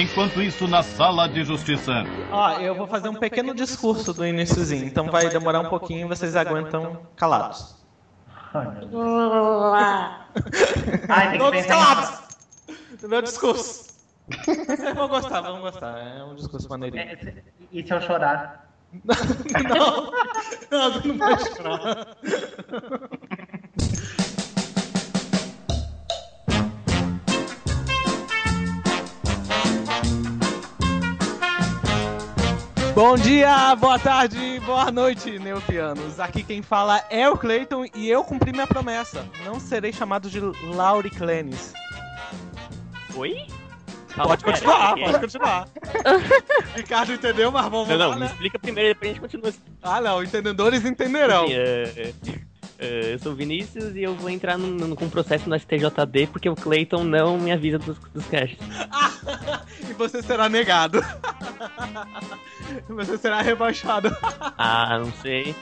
Enquanto isso, na sala de justiça. Ó, eu vou fazer um pequeno discurso do iníciozinho, então vai demorar um pouquinho, vocês aguentam calados. Ai, tem que Todos pensar em- calados! Do meu discurso. Vocês vão gostar, vão gostar. É um discurso maneirinho. É, se- E se eu chorar? Não, não, tu não pode chorar. é. Bom dia, boa tarde, boa noite, neofianos. Aqui quem fala é o Clayton e eu cumpri minha promessa. Não serei chamado de Lauri Clenis. Oi? Pode pera, continuar, ok. pode continuar. Ricardo entendeu, mas vamos Não, não, lá, me né? explica primeiro, depois a gente continua. assim. Ah, não, entendedores entenderão. Eh, eh, eu sou o Vinícius e eu vou entrar num, num- com um processo no STJD porque o Clayton não me avisa dos, dos caches. E você será negado. Você será rebaixado. Ah, não sei.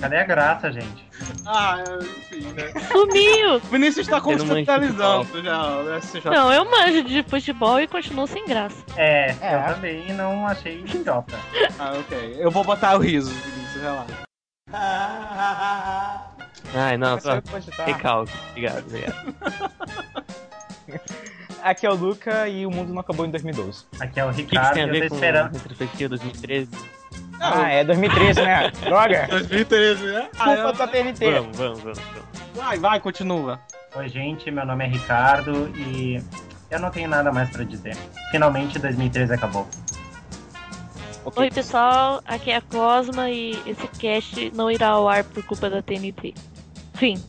Cadê a graça, gente? Ah, enfim, né? Sumiu! O Vinícius está Eu não manjo de constitucionalizando já o SJ. Não, eu manjo de futebol e continuo sem graça. É, eu também não achei idiota. Ah, ok. Eu vou botar o riso, Vinícius, relaxa. Ai, não, só Pode estar. recalque. Obrigado, obrigado. Aqui é o Luca e o mundo não acabou em 2012. Aqui é o O que, que Ricardo tem a e eu tô ver com a esperando. retrospectiva 2013? Ah, é 2013, né? Droga! 2013, né? Ah, Desculpa a tua TNT. Vamos, vamos, vamos. vamos. eu- Vai, vai, continua. Oi, gente, meu nome é Ricardo e eu não tenho nada mais pra dizer. Finalmente 2013 acabou. Oi, pessoal, aqui é a Cosma e esse cast não irá ao ar por culpa da TNT. Fim.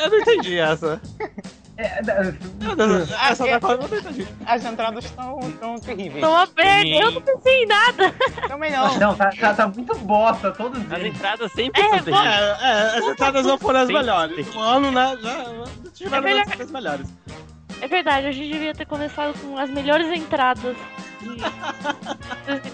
Eu não entendi essa. É, da- Eu não- Essa da qual eu não entendi. As entradas estão tão terríveis. Tô aberto, eu não pensei em nada. Também não. não, tá, tá- tá muito bosta todos As eles. entradas sempre É, são bom. É, terríveis. é, as entradas não foram as Tem- melhores. tem- Um ano, né? Já tiveram É melhor- as melhores. É verdade, a gente devia ter começado com as melhores entradas.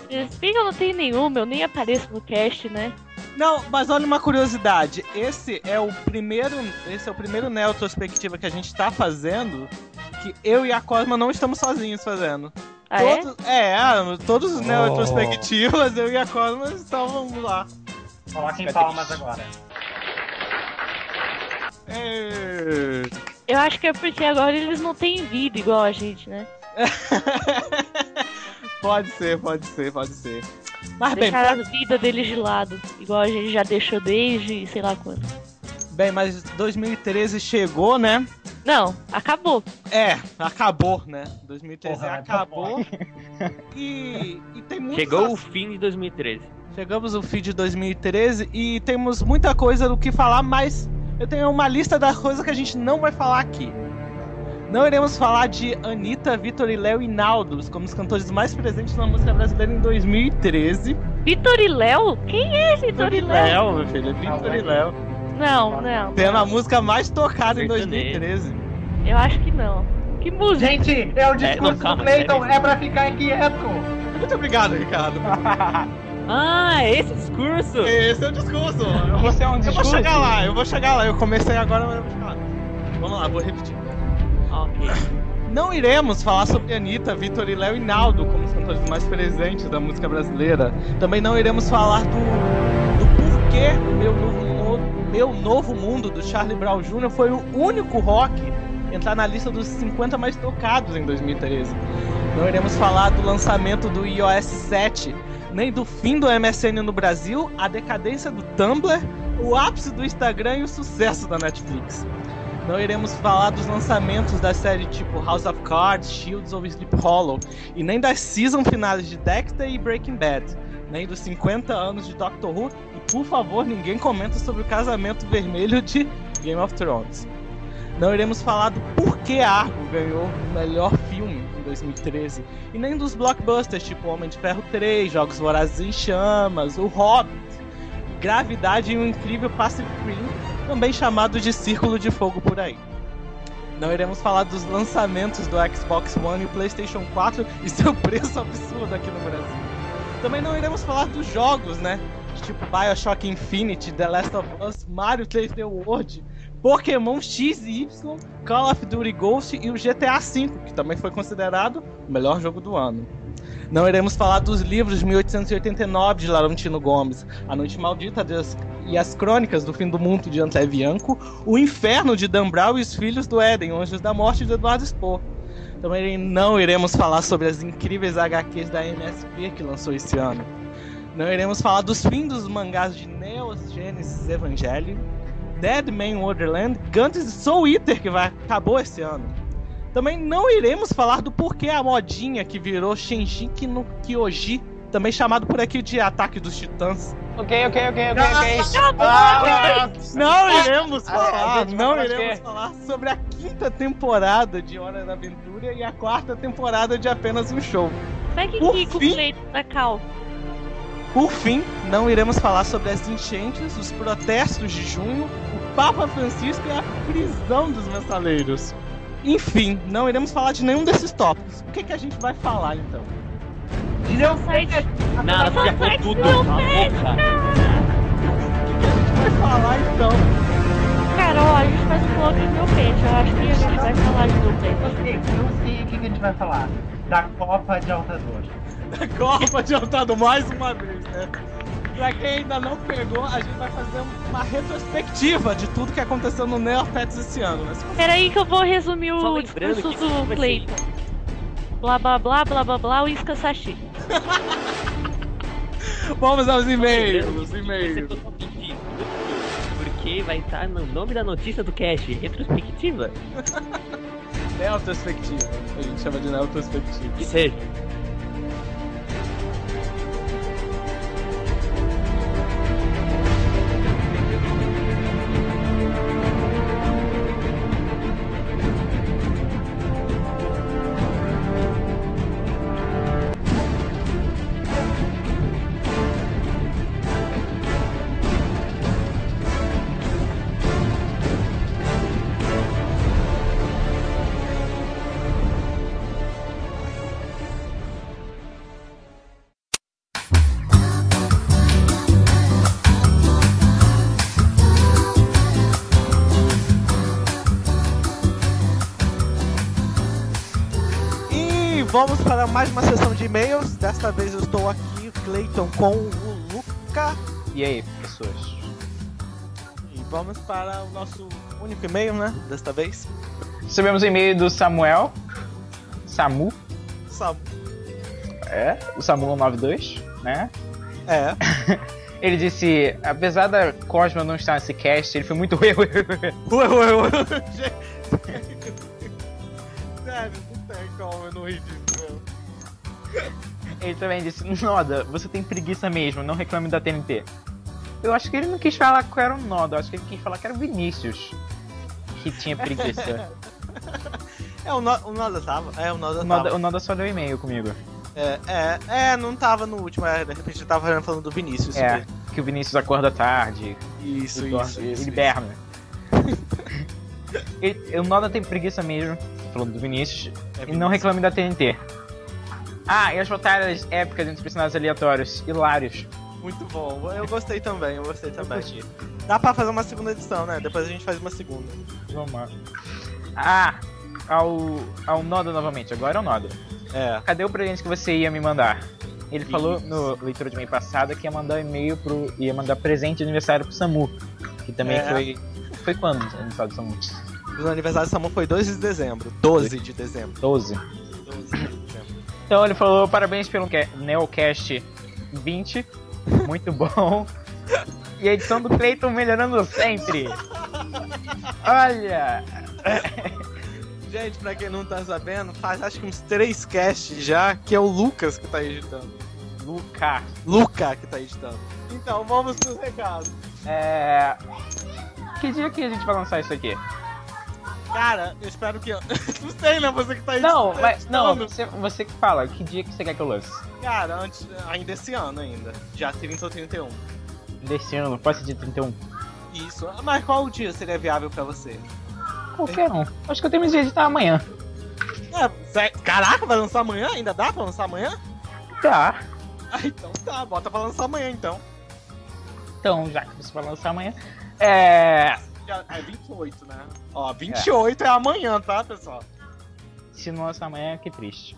de- Se bem que eu não tenho nenhuma, eu nem apareço no cast, né? Não, mas olha uma curiosidade. Esse é o primeiro, esse é o primeiro Neotrospectiva que a gente tá fazendo que eu e a Cosma não estamos sozinhos fazendo. Ah, é? todos, é? todos Oh. os Neotrospectivas eu e a Cosma estávamos lá. Coloquem palmas agora. É. Eu acho que é porque agora eles não têm vida igual a gente, né? pode ser, pode ser, pode ser. Mas Ah, bem, Deixaram a vida deles de lado, igual a gente já deixou desde sei lá quando. bem, mas 2013 chegou, né? Não, acabou. É, acabou, né? 2013 Porra, acabou. E, e tem muitos tá Chegou o fim de 2013. Chegamos no fim de 2013 e temos muita coisa do que falar, mas eu tenho uma lista das coisas que a gente não vai falar aqui. Não iremos falar de Anitta, Vitor e Léo e Naldo, como os cantores mais presentes na música brasileira em 2013. Vitor e Léo? Quem é Vitor e Léo? meu filho, Vitor e Léo. Não, não. Tendo a música mais tocada em Sertanejo. 2013. Eu acho que não. Que música? Gente, é o discurso não, calma, do Cleiton, sério. é pra ficar inquieto. Muito obrigado, Ricardo. Ah, esse discurso! Esse é o discurso. Eu vou, Você é um eu vou discurso. chegar lá, eu vou chegar lá. Eu comecei agora, mas eu vou chegar lá. Vamos lá, vou repetir. Ok. Não iremos falar sobre Anitta, Vitor e Léo e Naldo como os cantores mais presentes da música brasileira. Também não iremos falar do, do porquê meu novo, Mu- Meu Novo mundo do Charlie Brown Jr. foi o único rock a entrar na lista dos 50 mais tocados em 2013. Não iremos falar do lançamento do iOS 7, nem do fim do MSN no Brasil, a decadência do Tumblr, o ápice do Instagram e o sucesso da Netflix. Não iremos falar dos lançamentos da série tipo House of Cards, Shields ou Sleep Hollow, e nem das season finais de Dexter e Breaking Bad, nem dos 50 anos de Doctor Who, e por favor, ninguém comenta sobre o casamento vermelho de Game of Thrones. Não iremos falar do porquê Argo ganhou o melhor filme em 2013, e nem dos blockbusters tipo Homem de Ferro 3, Jogos Vorazes em Chamas, O Hobbit, Gravidade e o incrível Pacific Rim, também chamado de Círculo de Fogo por aí. Não iremos falar dos lançamentos do Xbox One e PlayStation 4 e seu preço absurdo aqui no Brasil. Também não iremos falar dos jogos, né? Tipo Bioshock Infinity, The Last of Us, Mario 3D World, Pokémon X e Y, Call of Duty Ghost e o GTA V, que também foi considerado o melhor jogo do ano. Não iremos falar dos livros 1889 de Laurentino Gomes, A Noite Maldita Deus- e as Crônicas do Fim do Mundo de André Bianco, O Inferno de Dan Brown e os Filhos do Éden, Anjos da Morte de Eduardo Spohr. Também não iremos falar sobre as incríveis HQs da MSP que lançou esse ano. Não iremos falar dos fins dos mangás de Neos Genesis Evangelion, Dead Man Wonderland, Gantz e Soul Eater, que vai, acabou esse ano. Também não iremos falar do porquê a modinha que virou Shinjiki no Kyoji, também chamado por aqui de Ataque dos Titãs. Ok, ok, ok, ok, Ah, ok. Ah, ah, Não iremos ah, falar, gente, não mas por iremos quê? falar sobre a quinta temporada de Hora da Aventura e a quarta temporada de Apenas um Show. Pega Por aqui com o fim- Cleiton da Cal. Por fim, não iremos falar sobre as enchentes, os protestos de junho, o Papa Francisco e a prisão dos mensaleiros. Enfim, não iremos falar de nenhum desses tópicos. O que, que a gente vai falar então? Não sai de Não, você já foi tudo. Cala a boca. O que, que a gente vai falar então? Carol, a gente faz um bloco de meu pet. Eu acho que a gente vai falar de meu pet. Ok, eu sei o que que a gente vai falar. Da Copa de Altador. da Copa adiantado mais uma vez, né? Pra quem ainda não pegou, a gente vai fazer uma retrospectiva de tudo que aconteceu no Neopets esse ano. Mas Peraí que eu vou resumir Só o lembrando discurso que assim. isso do vai Cleiton. Blá blá blá blá blá blá, uísca sashi. vamos aos e-mails, Lembrando que e-mails. você colocou pedido, Porque vai estar no nome da notícia do cast, retrospectiva. Neotrospectiva. É A gente chama de é neotrospectiva. Que seja. E vamos para mais uma sessão de e-mails. Desta vez eu estou aqui, Clayton, com o Luca. E aí, pessoas? E vamos para o nosso único e-mail, né? Desta vez. Recebemos um e-mail do Samuel. Samu. Sabe? É, o Samu 192, né? É. Ele disse, apesar da Cosma não estar nesse cast, ele foi muito Ué, ué, ué. Sério, não tem como eu não ri disso, meu. Ele também disse, Noda, você tem preguiça mesmo, não reclame da TNT. Eu acho que ele não quis falar que era o Noda, eu acho que ele quis falar que era o Vinícius. Que tinha preguiça. É, o, no... o Noda tava. É, o Noda o, tava. Noda, o Noda só deu e-mail comigo. É, é, é, não tava no último, é, de repente eu tava falando do Vinícius. É. mesmo. Que o Vinícius acorda tarde, Isso, dorme, isso, ele isso. hiberna. Ele- o Noda tem preguiça mesmo, falando do Vinícius, É e não Vinícius. reclame da TNT. Ah, e as batalhas épicas entre personagens aleatórios, hilários. Muito bom, eu gostei também, eu gostei Eu também. curti. Dá pra fazer uma segunda edição, né? Depois a gente faz uma segunda. Vamos lá. Ah, ao, ao Noda novamente, agora é o Noda. É. Cadê o presente que você ia me mandar? Ele Isso. falou no leitura de e-mail passada que ia mandar um e-mail pro. ia mandar presente de aniversário pro Samu. Que também É. foi. Foi quando o aniversário do Samu? O aniversário do Samu foi 12 de dezembro. 12 de dezembro. 12. 12 de dezembro. Então ele falou, parabéns pelo ca- Neocast 20. Muito bom. E a edição do Cleiton melhorando sempre. Olha! Gente, pra quem não tá sabendo, faz acho que uns três casts já, que é o Lucas que tá editando. Lucas. Luca que tá editando. Então, vamos pros recados. É. Que dia que a gente vai lançar isso aqui? Cara, eu espero que. eu- não sei, né? Você que tá editando. Não, mas. Não, você, você que fala, que dia que você quer que eu lance? Cara, antes, ainda esse ano ainda. Já 30 ou 31. Desse ano, pode ser dia 31. Isso. Mas qual dia seria viável pra você? Qualquer um. Acho que eu termino de editar amanhã. É, sé- Caraca, vai lançar amanhã? Ainda dá pra lançar amanhã? Tá. Ah, então tá, bota pra lançar amanhã então. Então, já que você vai lançar amanhã. É. dia é 28, né? Ó, 28 é, amanhã, tá, pessoal? Se não essa manhã, que triste.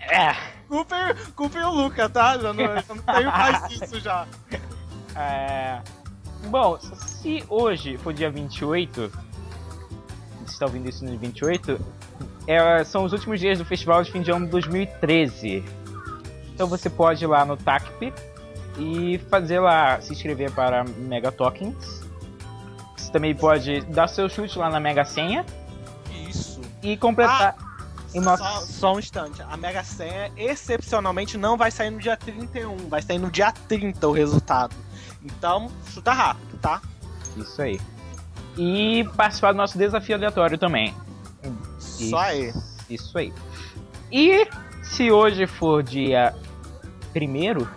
É. Culpem, culpem o Luca, tá? Já não, eu não tenho mais isso já. É... Bom, se hoje for dia 28, você está ouvindo isso no dia 28, é, são os últimos dias do festival de fim de ano de 2013. Então você pode ir lá no TACP e fazer lá, se inscrever para Mega Tokens. Você também pode dar seu chute lá na Mega Senha Isso. e completar. E nossa- Só, só um instante. A Mega Senha, excepcionalmente, não vai sair no dia 31, vai sair no dia 30 o resultado. Então, chuta rápido, tá? Isso aí. E participar do nosso desafio aleatório também. Só aí. Isso aí. E se hoje for dia primeiro,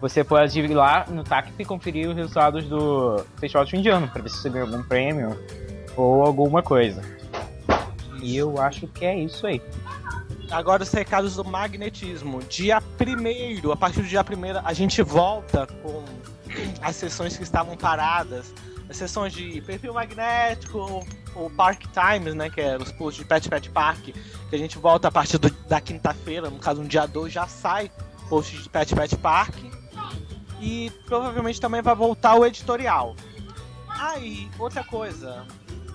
você pode ir lá no TACP e conferir os resultados do Festival de Fim de Ano, pra ver se você ganhou algum prêmio ou alguma coisa. E eu acho que é isso aí. Agora os recados do magnetismo. Dia 1 a partir do dia 1 a gente volta com as sessões que estavam paradas. As sessões de perfil magnético, o Park Times, né? Que é os posts de Pet Pet Park, que a gente volta a partir do- da quinta-feira, no caso no dia 2 já sai post de Pet Pet Park. E provavelmente também vai voltar o editorial. Ah, e outra coisa,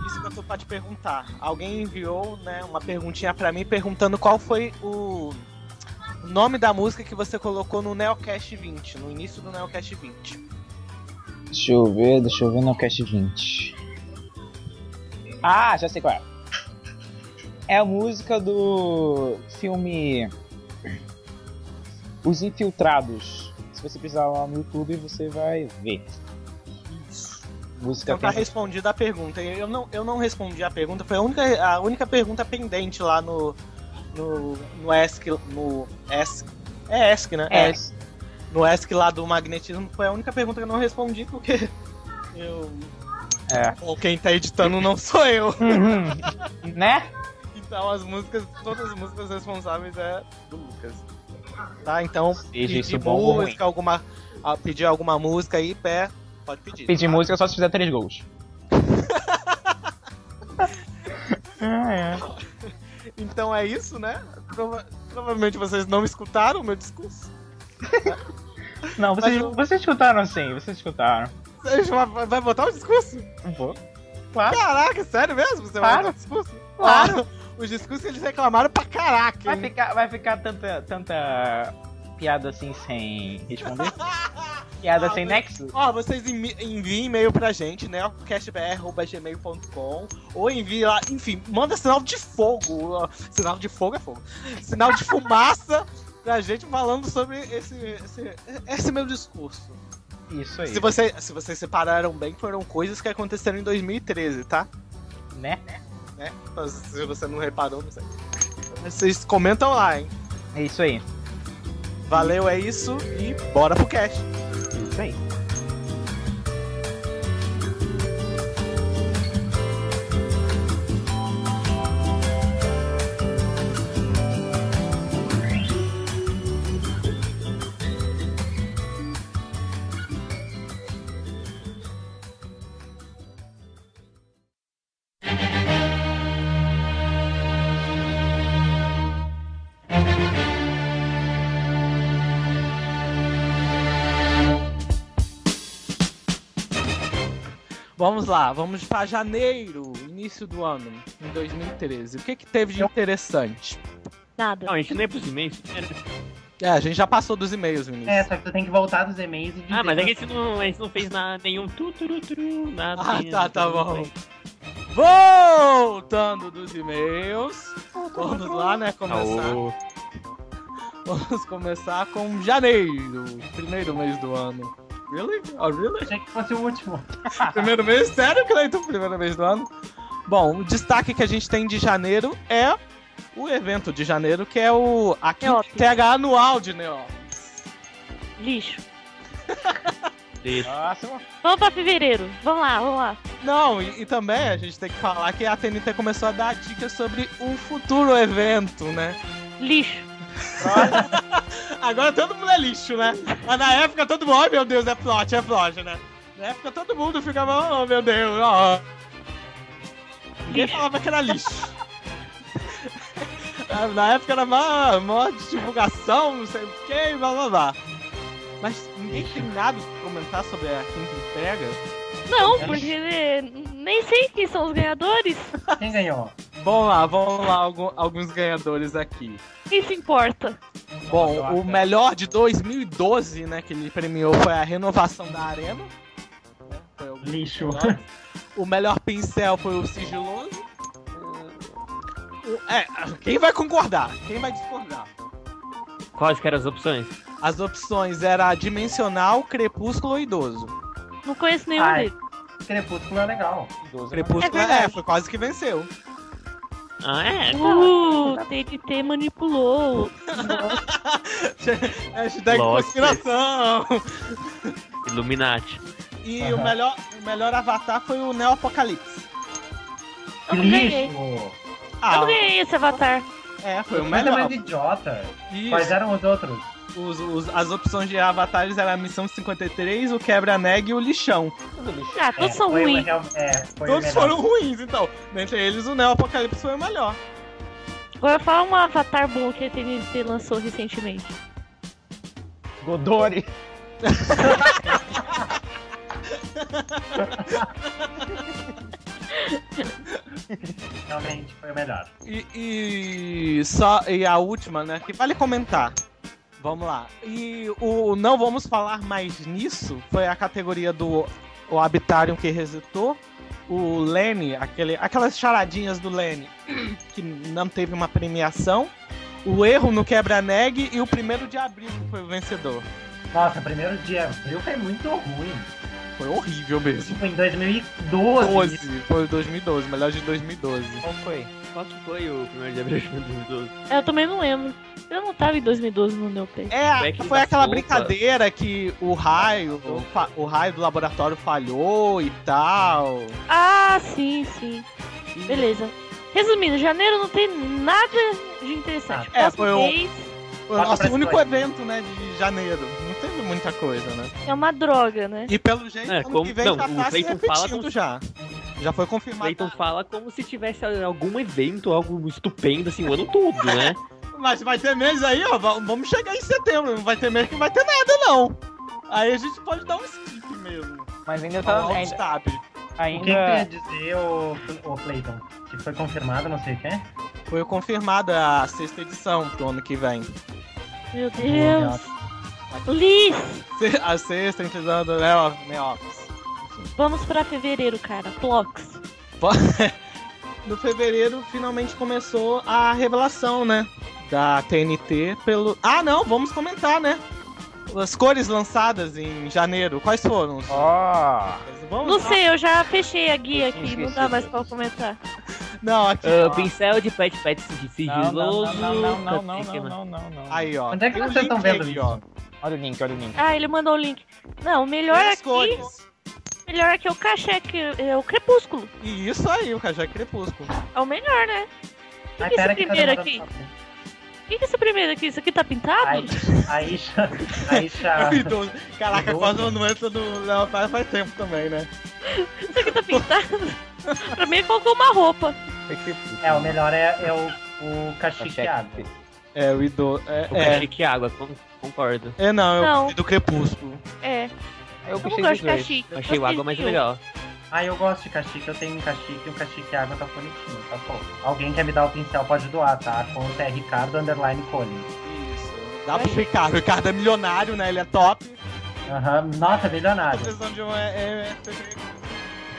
isso que eu tô pra te perguntar. Alguém enviou, né, uma perguntinha pra mim perguntando qual foi o nome da música que você colocou no Neocast 20, no início do Neocast 20. Deixa eu ver, deixa eu ver no Cast 20. Ah, já sei qual é. É a música do filme Os Infiltrados. Se você precisar lá no YouTube, você vai ver. Música Então tá tem... respondida a pergunta. Eu não, eu não respondi a pergunta, foi a única, a única pergunta pendente lá no no no ESC, no ESC, é ESC, né? É. No ESC lá do magnetismo foi a única pergunta que eu não respondi porque eu É. Ou quem tá editando não sou eu. Uhum. né? Então as músicas, todas as músicas responsáveis é do Lucas. Tá? Então, Seja isso bom ou ruim. música, alguma. ah, Pedir alguma música aí, pé, pode pedir. Pedir tá? música só se fizer três gols. é, é. Então é isso, né? Prova- provavelmente vocês não escutaram o meu discurso. Não, vocês, Mas eu- vocês escutaram assim, vocês escutaram. Você já vai vai botar o discurso? Um pouco. Claro. Caraca, sério mesmo? Você vai Claro. botar o discurso? Ah, Claro. Os discursos eles reclamaram pra caraca. Vai hein? ficar, vai ficar tanta, tanta piada assim sem responder? Piada Ah, sem mas- nexo? Ó, vocês envi- enviem e-mail pra gente, né? castbr.gmail.com ou envie lá, enfim, manda sinal de fogo. ó, Sinal de fogo é fogo. Sinal de fumaça pra gente falando sobre esse, esse, esse meu discurso. Isso aí, Se, você, se vocês separaram bem, foram coisas que aconteceram em 2013, tá? né? Né? Então, Se você não reparou, não sei. Vocês comentam lá, hein? É isso aí. Valeu, é isso e bora pro cast. É isso aí. Vamos lá, vamos para janeiro, início do ano, em 2013. O que que teve de interessante? Nada. Não, a gente não é pros e-mails. É, a gente já passou dos e-mails, Vinícius. É, só que tu tem que voltar dos e-mails e dizer Ah, mas é que a gente não, a gente não fez na, nenhum tu, tu, tu, tu, nada. Ah, assim, tá, tá não bom. foi. Voltando dos e-mails, vamos lá, né, começar. Aô. Vamos começar com janeiro, primeiro mês do ano. Really? Oh, really? Achei que fosse o último. Primeiro mês? Sério, Cleiton? é Primeiro mês do ano? Bom, o destaque que a gente tem de janeiro é o evento de janeiro, que é o a Neop. TH anual de Neop. Lixo. Deixa. Próximo. Vamos pra fevereiro. Vamos lá, vamos lá. Não, e, e também a gente tem que falar que a TNT começou a dar dicas sobre o futuro evento, né? Lixo. Agora todo mundo é lixo, né? Mas na época todo mundo, ai meu Deus, é plot, é plot, né? Na época todo mundo ficava, oh meu Deus, ó. Ninguém falava que era lixo. Ah, Na época era mó, mó divulgação, não sei o que, blá blá blá. Mas ninguém tem nada pra comentar sobre a quinta entrega? Não, porque eh, nem sei quem são os ganhadores. Quem ganhou? Vamos lá, vamos lá, algu- alguns ganhadores aqui. Quem se importa? Bom, é. o melhor de 2012, né, que ele premiou foi a renovação da arena. né, foi o- Lixo. O melhor pincel foi o sigiloso. O- É, quem vai concordar? Quem vai discordar? Quais que eram as opções? As opções era dimensional, crepúsculo ou idoso. Não conheço nenhum Ai. deles. Crepúsculo é legal. Idoso, Crepúsculo É é, verdade. foi quase que venceu. Ah, é? Uh, TNT manipulou. Hashtag Nossa. conspiração! tá. Illuminati. E Aham. o, melhor, o melhor avatar foi o Neo Apocalipse. Eu não ganhei. Lixo! Eu Ah, não ganhei esse avatar. é, foi o Mas é melhor. mais idiota. E Quais eram os outros? os- os- as opções de avatares eram a Missão 53, o Quebra-Neg e o Lixão. Tudo lixo. Ah, todos É, são foi o ruins. real- é, foi o Todos melhor. foram ruins, então. Dentre eles, o Neo Apocalipse foi o melhor. Agora fala um avatar bom que a TNT lançou recentemente. Godori. Realmente foi o melhor. E, e só e a última, né? Que vale comentar. Vamos lá. E o não vamos falar mais nisso foi a categoria do o Habitarium que resultou. O Lenny, aquele, aquelas charadinhas do Lenny que não teve uma premiação. O erro no quebra-neg e o primeiro de abril que foi o vencedor. Nossa, o primeiro dia abril foi muito ruim. Foi horrível mesmo. Tipo, em 2012. 12, foi 2012, melhor de 2012. Qual foi? Qual que foi o primeiro de abril de 2012? Eu também não lembro. Eu não tava em 2012 no meu pé. É, Como é que foi dá aquela sopa? brincadeira que o raio, o, fa- o raio do laboratório falhou e tal. Ah, sim, sim. E- Beleza. Resumindo, janeiro não tem nada de interessante. Ah, é, Próximo foi o- mês Foi o Passa nosso pra único Espanha. evento, né, de janeiro. Não teve muita coisa, né? é uma droga, né? E pelo jeito, É, ano como- que vem não, já o tá se Clayton fala repetindo com- já. Já foi confirmado. Clayton fala como se tivesse algum evento, algo estupendo, assim, o ano todo, né? Mas vai ter mês aí, ó. va- Vamos chegar em setembro. Não vai ter mês que vai ter nada, não. Aí a gente pode dar um skip mesmo. Mas ainda Tá, tá. um Ainda. stab. O que quer ainda... dizer, o, o Clayton? Que foi confirmado, não sei o quê? Foi confirmada a sexta edição pro ano que vem. Meu Deus. Liz, Se- A sexta, né, edição do Léo Neops. vamos pra fevereiro, cara. Plox. No fevereiro finalmente começou a revelação, né? Da TNT pelo. Ah, não, vamos comentar, né? As cores lançadas em janeiro, quais foram? Ó. Vamos Não lá. sei, eu já fechei a guia Eu tinha aqui, não dá esquecido. mais pra comentar. Não, aqui. Ah, ó. pincel de pet pet sigiloso. Não, não, não, não, não, não, não, não, não, não. Aí, ó. Onde é que Tem o vocês link estão vendo aqui, isso? ó. Olha o link, olha o link. Ah, ele mandou o link. Não, melhor Tem as aqui, cores. melhor aqui é o caché, que é o crepúsculo. E isso aí, o Cajá Crepúsculo. É o melhor, né? O que, Ai, que é esse pera que tá primeiro demorando aqui? pra abrir. O que, que é esse primeiro aqui? Isso aqui tá pintado? Ai, aí já. Aí já. É o idoso. Caraca, Ah. Idoso. quase uma doença do Léo faz faz tempo também, né? Isso aqui tá pintado? pra mim ele colocou uma roupa. É, o melhor é, é o, o Tá cachiqueado. É, o idoso. O É, é. cachê que água, con- concordo. É, não, eu Não. prefiro do Crepúsculo. É, eu Eu um. não puxei gosto de dois. cachique. Achei o água mais legal. Ai, Ah, eu gosto de cachique, eu tenho um cachique e o cachiqueado tá bonitinho, tá fofo. Alguém quer me dar o pincel, pode doar, tá? Com o Ricardo Underline Collins. Isso. Dá pro Ricardo. O Ricardo é milionário, né? Ele é top. Aham, nossa, é Tô milionário. precisando de um é, é, FPV.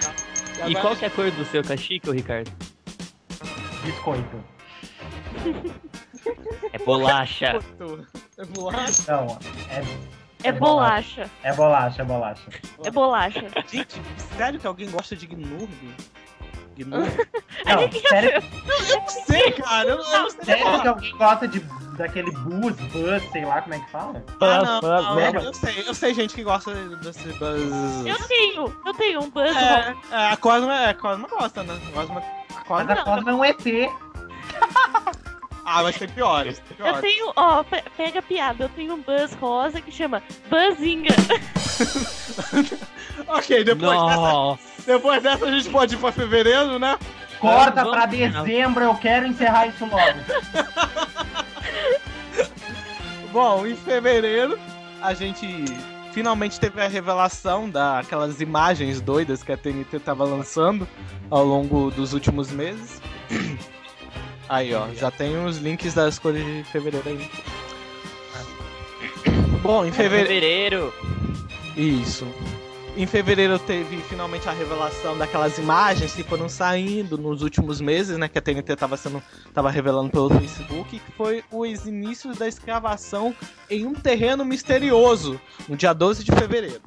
Tá. E agora- qual que é a cor do seu cachique, ô Ricardo? Biscoito. É bolacha. É bolacha? Não, é. É bolacha. É bolacha, é bolacha. É bolacha. Gente, sério que alguém gosta de Gnurb? Gnurb? A Não, gente já sério, Eu não sei, cara. Eu, eu não é sei. sério que alguém gosta de, daquele bus, bus, sei lá como é que fala? Ah, não, Buzz, não, buzz, eu, eu sei. Eu sei gente que gosta desse buzz. Eu tenho, eu tenho um buzz. É, é, a Cosma, é, a Cosma gosta, né? A Cosma, a Mas Cosma... a forma é um ET. Ah, mas tem piores. Tem Eu piores. tenho, ó, pe- pega a piada, eu tenho um buzz rosa que chama Buzzinga. ok, depois dessa, Nossa! depois dessa a gente pode ir pra fevereiro, né? Corta Vamos pra terminar. dezembro, eu quero encerrar isso logo. Bom, em fevereiro a gente finalmente teve a revelação daquelas imagens doidas que a TNT tava lançando ao longo dos últimos meses. Aí, ó, já tem os links das cores de fevereiro aí. Bom, É, em fevereiro. Fevereiro! Isso. Em fevereiro teve finalmente a revelação daquelas imagens que foram saindo nos últimos meses, né? Que a TNT tava, sendo, tava revelando pelo Facebook, que foi os inícios da escavação em um terreno misterioso, no dia 12 de fevereiro.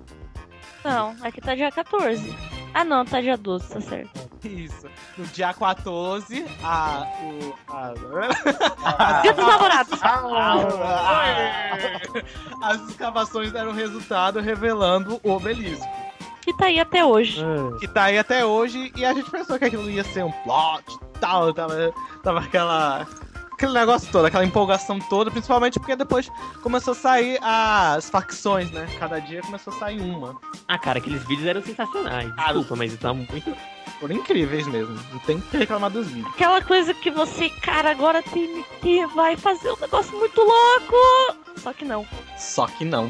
Não, aqui tá dia 14. Ah não, tá dia 12, tá certo. Isso. No dia 14, a. O, a... Ah. Dia dos namorados! as escavações deram resultado revelando o obelisco. Que tá aí até hoje. que tá aí até hoje e a gente pensou que aquilo ia ser um plot tal, tava, tava aquela. Aquele negócio todo, aquela empolgação toda, principalmente porque depois começou a sair as facções, né? Cada dia começou a sair uma. Ah, cara, aqueles vídeos eram sensacionais. Ah, Desculpa, mas tá muito. Foram incríveis mesmo. Não tem que reclamar dos vídeos. Aquela coisa que você, cara, agora a TNT vai fazer um negócio muito louco! Só que não. Só que não.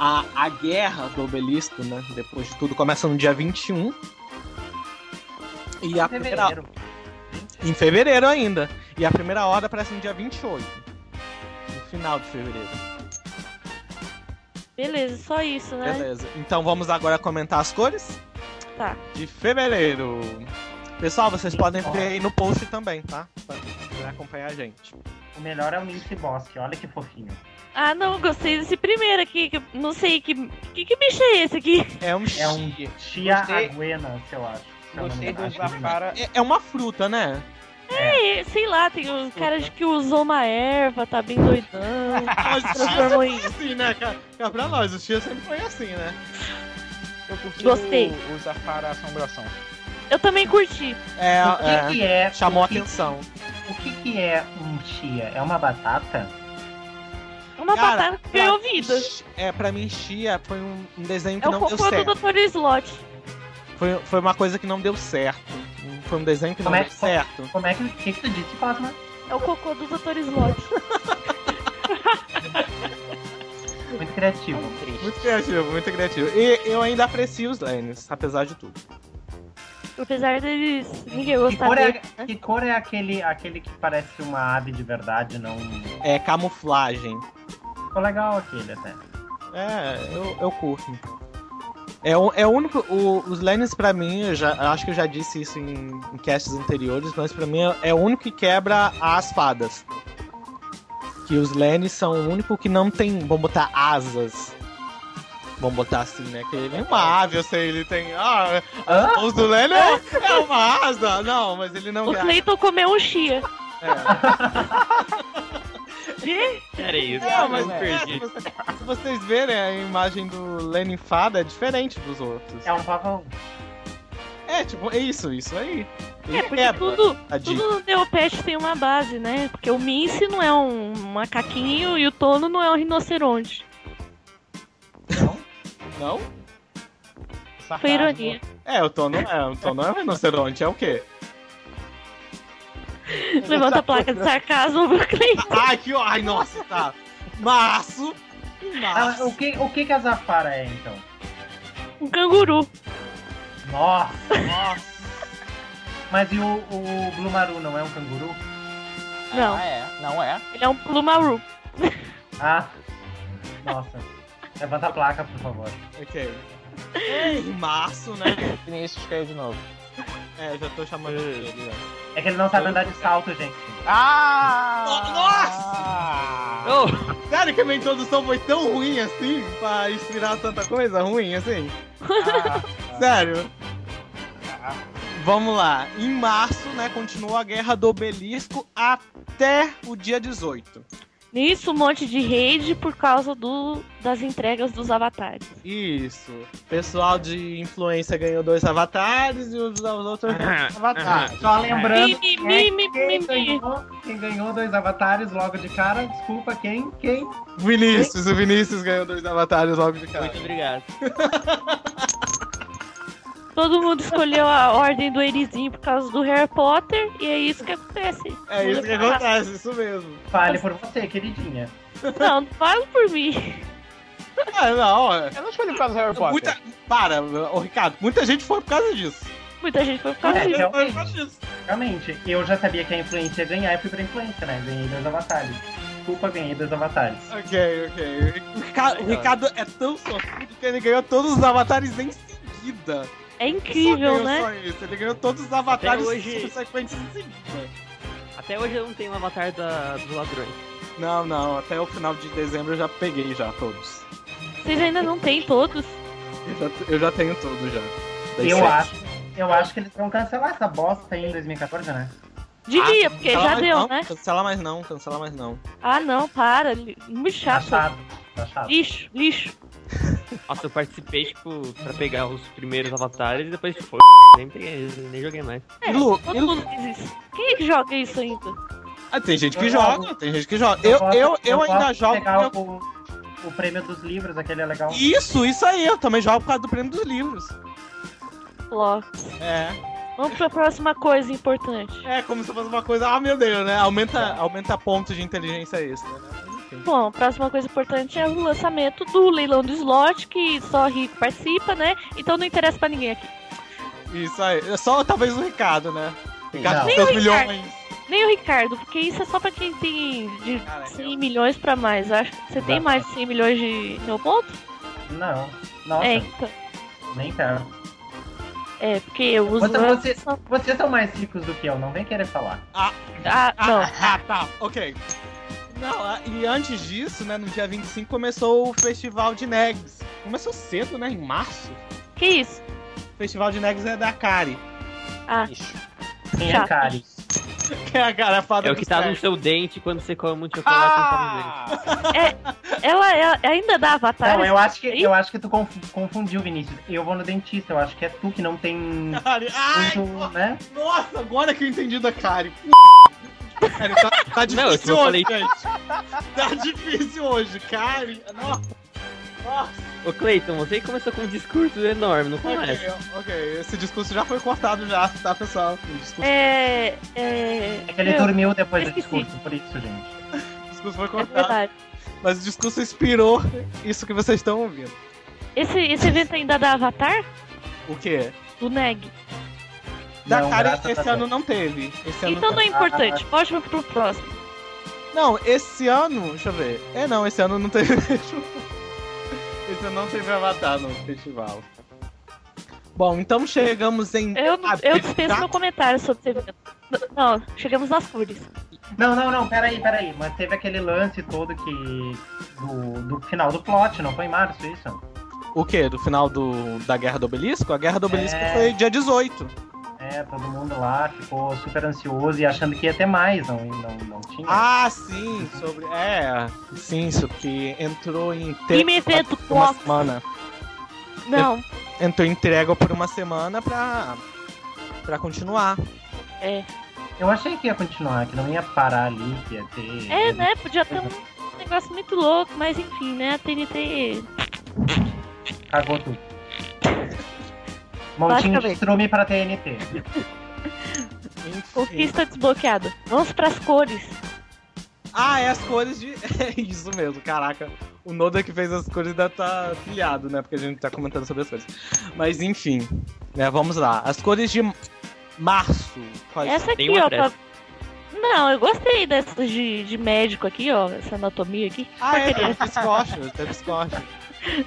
A, a guerra do obelisco, né? Depois de tudo, começa no dia 21. E a primeira. Fevereiro. Em fevereiro ainda. E a primeira hora aparece no dia 28. No final de fevereiro. Beleza, só isso, né? Beleza. Então vamos agora comentar as cores Tá. de fevereiro. Pessoal, vocês podem ver aí no post também, tá? Pra pra acompanhar a gente. O melhor é o Lince Bosque, olha que fofinho. Ah não, gostei desse primeiro aqui, que eu não sei que, que, que bicho é esse aqui? É um, É um Tia Gostei- Aguena, eu acho. Se é eu não me Gostei do engano, acho que não. Zafara. é- é uma fruta, né? É, sei lá, tem um cara de que usou uma erva, tá bem doidão. transformou em- assim, né, cara? É pra nós, o Chia sempre foi assim, né? Eu curti Gostei. O, o Zafara Assombração. Eu também curti. É, O que é, que é? chamou a o que- atenção. O que que é um chia? É uma batata? Uma Cara, batata que ganhou vida. É, pra mim, Chia foi um, um desenho que É o não deu cocô do certo. Dr. Slot. Foi, foi uma coisa que não deu certo. Foi um desenho que não Como é deu que- certo. Como é que, que, que tu disse, Cosma? É o cocô do Dr. Slot. Muito criativo. Muito criativo, muito criativo. E eu ainda aprecio os Lennys, apesar de tudo. Apesar deles ninguém Que gostar cor, é, dele. né? que cor é aquele, aquele que parece uma ave de verdade, não... Ficou É camuflagem. legal aquele até. É, eu, eu curto. É, o- é o único. o- os Lennys, pra mim, eu já eu acho que eu já disse isso em, em casts anteriores, mas pra mim é o único que quebra as fadas. Que os Lennys são o único que não tem. Vamos botar asas. Vamos botar assim, né? Que ele é uma ave, eu sei, ele tem. Ah, Hã? os do Lenny é, é uma asa! Não, mas ele não. O Cleiton comeu um chia. É. Era isso. Não, mas eu é, se, perdi. você- se vocês verem a imagem do Lenny fada, é diferente dos outros. É um pavão. É, tipo, é isso, isso aí. É, porque quebra tudo, a dica. tudo no Neopet tem uma base, né? Porque o Mince não é um macaquinho e o Tono não é um rinoceronte. Não? Foi ironia. É, o Tom não é. O Tom não é um rinoceronte, é o quê? Levanta a placa de sarcasmo pro Cleiton. Ai, que. Ai, nossa, tá. Março. Ah, Março. o que, o que que a Zafara é, então? Um canguru. Nossa! Nossa. Mas e o, o Blue Maru não é um canguru? Não, Ah, é. Não é? ele é um plumaru. Ah! Nossa. Levanta a placa, por favor. Ok. Ei, março, né? Vinícius caiu de novo. É, eu já tô chamando ele. né? ó. É que ele não sabe andar de salto, gente. Ah! No- nossa! Oh, Sério que a minha introdução foi tão ruim assim? Pra inspirar tanta coisa ruim assim? Ah! Sério. Vamos lá. Em março, né, continuou a guerra do obelisco até o dia 18. Nisso, um monte de rede por causa do, das entregas dos avatares. Isso. Pessoal de influência ganhou dois avatares e os outros avatares. Ah, Só lembrando. Mi, mi, né, mi, quem, mi, ganhou, quem ganhou dois avatares logo de cara, desculpa, quem? Quem? Vinícius, o Vinícius ganhou dois avatares logo de cara. Muito obrigado. Todo mundo escolheu a ordem do Erizinho por causa do Harry Potter e é isso que acontece. É isso que acontece, isso mesmo. Fale por você, queridinha. Não, não fala por mim. Ah, não, é. Eu não escolhi por causa do Harry Potter. Muita... Para, ô Ricardo, muita gente foi por causa disso. Muita gente foi assim. por causa É, disso. Muita gente foi por causa disso. Realmente, eu já sabia que a influência ia ganhar e fui pra influência, né? Ganhei dois avatares. Desculpa, ganhei dois avatares. Ok, ok. O Ricardo, o Ricardo é tão sortudo que ele ganhou todos os avatares em seguida. É Só ganhou incrível, né? Só isso. Ele ganhou todos os avatares Até hoje- subsequentes em seguida. Até hoje eu não tenho o avatar da, dos ladrões. Não, não, até o final de dezembro eu já peguei já todos. Vocês ainda não têm todos. Eu já, eu já tenho todos já. Dei Eu Tá certo. acho, eu acho que eles vão cancelar essa bosta aí em 2014, né? Devia, Ah, porque cancela já mais deu, não, né? Cancela mais não, cancela mais não. Ah, não, para. li- Muito Tá chato. chato, tá chato. Lixo, lixo. Nossa, eu participei, tipo, pra pegar os primeiros avatares e depois, tipo, nem peguei, nem joguei mais. É, E Lu- e todo Lu- mundo fez isso. Quem é que joga isso ainda? Ah, tem gente que Eu joga, jogo. tem gente que joga. Eu, eu, eu, gosto ainda de jogo. pegar porque o, o prêmio dos livros, aquele é legal. eu- Isso, isso aí, eu também jogo por causa do prêmio dos livros. Ló. É. Vamos pra próxima coisa importante. É como se fosse uma coisa. Ah, meu Deus, né? Aumenta, aumenta pontos de inteligência extra, né? Enfim. Bom, a próxima coisa importante é o lançamento do leilão do slot, que só rico participa, né? Então não interessa pra ninguém aqui. Isso aí. É Só talvez o Ricardo, né? Ricardo Não. com seus Nem o Ricardo. milhões. Nem o Ricardo, porque isso é só pra quem tem de Cara, 100 milhões pra mais. Eu Acho que você tem mais de 100 milhões de meu ponto? Não, nossa, É, então. nem quero. É, porque eu uso. Você- você- só- Vocês são mais ricos do que eu, não vem querer falar. Ah, não. Ah, ah, tá. Ok. Não, ah, e antes disso, né, no dia 25 começou o Festival de Negs. Começou cedo, né, em março. Que isso? O Festival de Negs é da Kari. Quem é Chato. Kari? Que é a cara a fada É o que dos tá no créditos. seu dente quando você come muito chocolate ah! Ah! Ela, ela ainda dá avatar? Não, é eu acho que eu acho que tu conf- confundiu, Vinícius. Eu vou no dentista, eu acho que é tu que não tem muito, Kari. Ai, Uhum. no- né? nossa, agora que eu entendi da Kari. P***. Cara, tá, tá Não, difícil eu hoje, gente. Tá difícil hoje, Kari. Nossa. Nossa, Ô Cleiton, você que começou com um discurso enorme, não começa. ok, ok. Esse discurso já foi cortado já, tá, pessoal? O discurso, É. É. um- É que ele meu, dormiu depois do esqueci. discurso, por isso, gente. o discurso foi é cortado. verdade. Mas o discurso inspirou isso que vocês estão ouvindo. Esse, esse evento ainda dá avatar? O quê? Do Neg. Da Não, cara, graças a esse Deus. ano não teve. Esse ano Então não é teve. importante. Pode ir pro próximo. Não, esse ano. Deixa eu ver. É, não, esse ano não teve. mesmo. esse ano não teve Avatar no festival. Bom, então chegamos em. Eu, eu Ah, abril, dispenso tá? meu comentário sobre esse evento. N- Não, chegamos nas cores. Não, não, não, peraí, peraí. Mas teve aquele lance todo que. Do, do final do plot, não foi em março isso? O quê? Do final do, da Guerra do Obelisco? A Guerra do Obelisco É. foi dia 18. É, todo mundo lá ficou super ansioso e achando que ia ter mais, não, não, não tinha. Ah, sim, sobre. É, sim, isso que entrou em. E Te... me evento Uma Fox. semana. Não, entrou em trégua por uma semana pra, pra continuar. Eu achei que ia continuar, que não ia parar ali, que ia ter. é, né? Podia ter um negócio muito louco, mas enfim, né? A TNT. Cagou tudo. Montinho de Basicamente. estrume pra TNT. Enfim. Conquista desbloqueada. Vamos pras cores. Ah, é as cores de. É isso mesmo, caraca. O Noda que fez as cores ainda tá pilhado, né? Porque a gente tá comentando sobre as cores. Mas enfim, né? Vamos lá. As cores de março. Quais Essa tem aqui, uma ó. pressa. pra- Não, eu gostei dessa de, de médico aqui, ó. Essa anatomia aqui. Ah, é, teve scotch, teve scotch.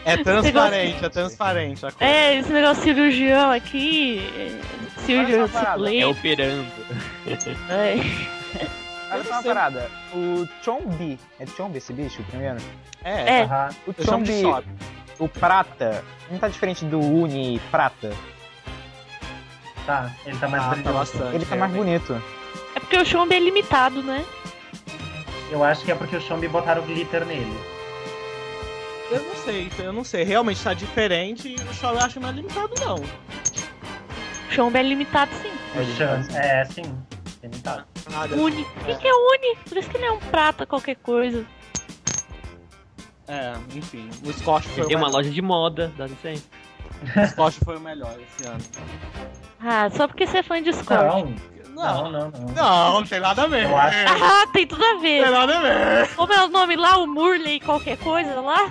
É transparente, é transparente a cor. É, esse negócio cirurgião aqui. é, Cirurgião Olha essa parada. É circulante. operando. É, Olha só uma parada. O Chombi. É Chombi esse bicho, o primeiro? É, É. Aham. O eu chamo de Chombi, shop. o prata. Não tá diferente do Uni Prata. Tá, ele tá mais Ah, tá brilhante. bastante. Ele tá mais realmente. bonito. é porque o chumbo é limitado, né? Eu acho que é porque o Xambi botaram glitter nele. Eu não sei, eu não sei. Realmente tá diferente e o show eu acho mais limitado, não. Chombo é limitado sim. O Xambi. É, sim. tá. Limitado. Nada. Uni. O que, que é uni? Por isso que ele é um prata qualquer coisa. É, enfim. O Scott foi, o Tem uma melhor. loja de moda, dá licença. O Scott foi o melhor esse ano. Ah, só porque você é fã de Discord. Não, não, não, não. Não, não tem nada a ver. Eu acho- Não Ah, tem tudo a ver. tem nada a ver. Como é o nome lá? O Murley qualquer coisa lá?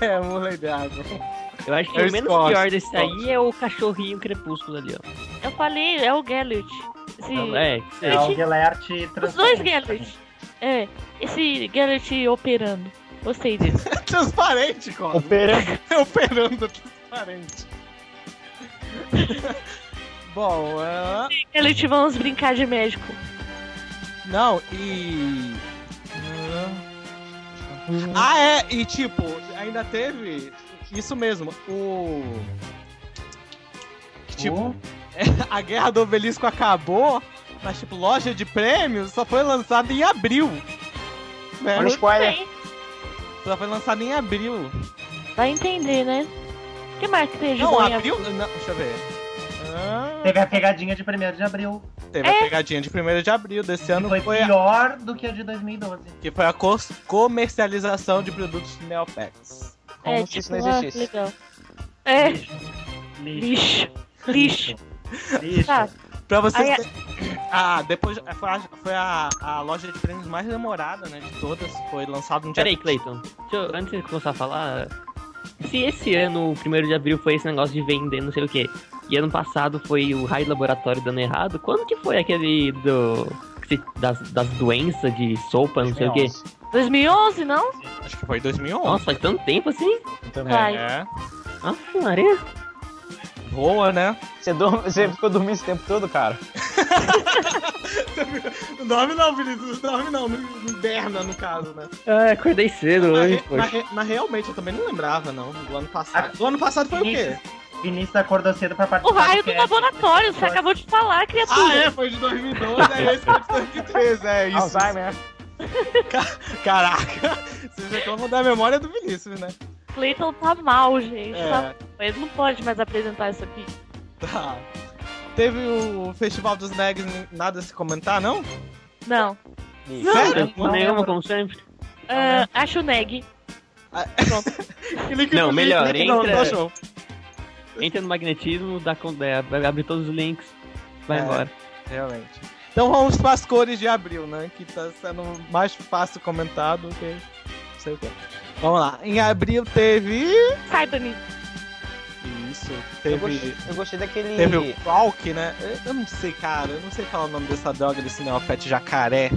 É, mulher de água. Eu acho que É o o menos Scott, pior desse aí Scott. é o cachorrinho crepúsculo ali, ó. Eu falei, é o Gellert. Esse- Não, é, É o Gelert Os dois transparente. Gellert. É, esse Gellert operando. Gostei disso. Transparente, Cosmo. Operando. Operando transparente. Bom, é... Gellert, vamos brincar de médico. Não, e. Ah, é, e tipo, ainda teve. Isso mesmo, o. Que, tipo, O- a guerra do obelisco acabou, mas, tipo, loja de prêmios só foi lançada em abril. Né? Olha o spoiler. Bem, Só foi lançada em abril. vai entender, né? O que mais que tem de Não, bom em abril? Não, deixa eu ver. Ah, Teve a pegadinha de 1 de abril. teve É. a pegadinha de 1 de abril desse ano, Foi foi a- pior do que a de 2012. que foi a cos- comercialização de produtos Neopex. Como se isso não ah, existisse. legal. É, Lixo. lixo. Lixo. Lixo. Tá. Pra vocês. Aí a- te- Ah, depois. Foi, a, foi a, a loja de prêmios mais demorada, né? De todas. Foi lançado no dia. Peraí, Cleiton. Deixa eu- antes de começar a falar, se esse ano, o primeiro de abril, foi esse negócio de vender não sei o quê, e ano passado foi o raio laboratório dando errado, quando que foi aquele do. que se- das, das doenças de sopa, não sei o quê? 2011, não? Acho que foi em 2011. Nossa, faz tanto tempo assim? Também. Vai. É. Nossa, Maria. Boa, né? Você, dorme- você ficou dormindo esse tempo todo, cara? Dorme não, Vinícius. Dorme não. Inverna, no caso, né? Ah, acordei cedo Mas, hoje, re- mas poxa. re- mas realmente eu também não lembrava, não. Do ano passado. Do ano passado foi o quê? Vinícius acordou cedo pra O participar. raio do É. cast. laboratório, você acabou de falar, Ah, criatura. é, foi de 2012, aí é esse foi de 2013, é isso. Alzheimer. Caraca, vocês reclamam da memória do Vinícius, né? é? O Clayton tá mal, gente. É. tá- Ele não pode mais apresentar isso aqui. Tá. Teve o Festival dos Nags, nada a se comentar, não? Não. Isso. Sério? Não, nenhuma, como sempre. Ah, né? acho o Neg. Clique Não, no melhor, link, não, entra- tá show. Entra no magnetismo, dá, con- é, abre todos os links, vai É. embora. Realmente. Então vamos para as cores de abril, né? Que tá sendo mais fácil comentar do que. não sei o quê. Vamos lá. Em abril teve. Cyberman. Isso. Eu Teve. gostei, eu gostei daquele. Teve o Falk, né? Eu- Eu não sei, cara. Eu não sei falar o nome dessa droga desse Neopet Jacaré.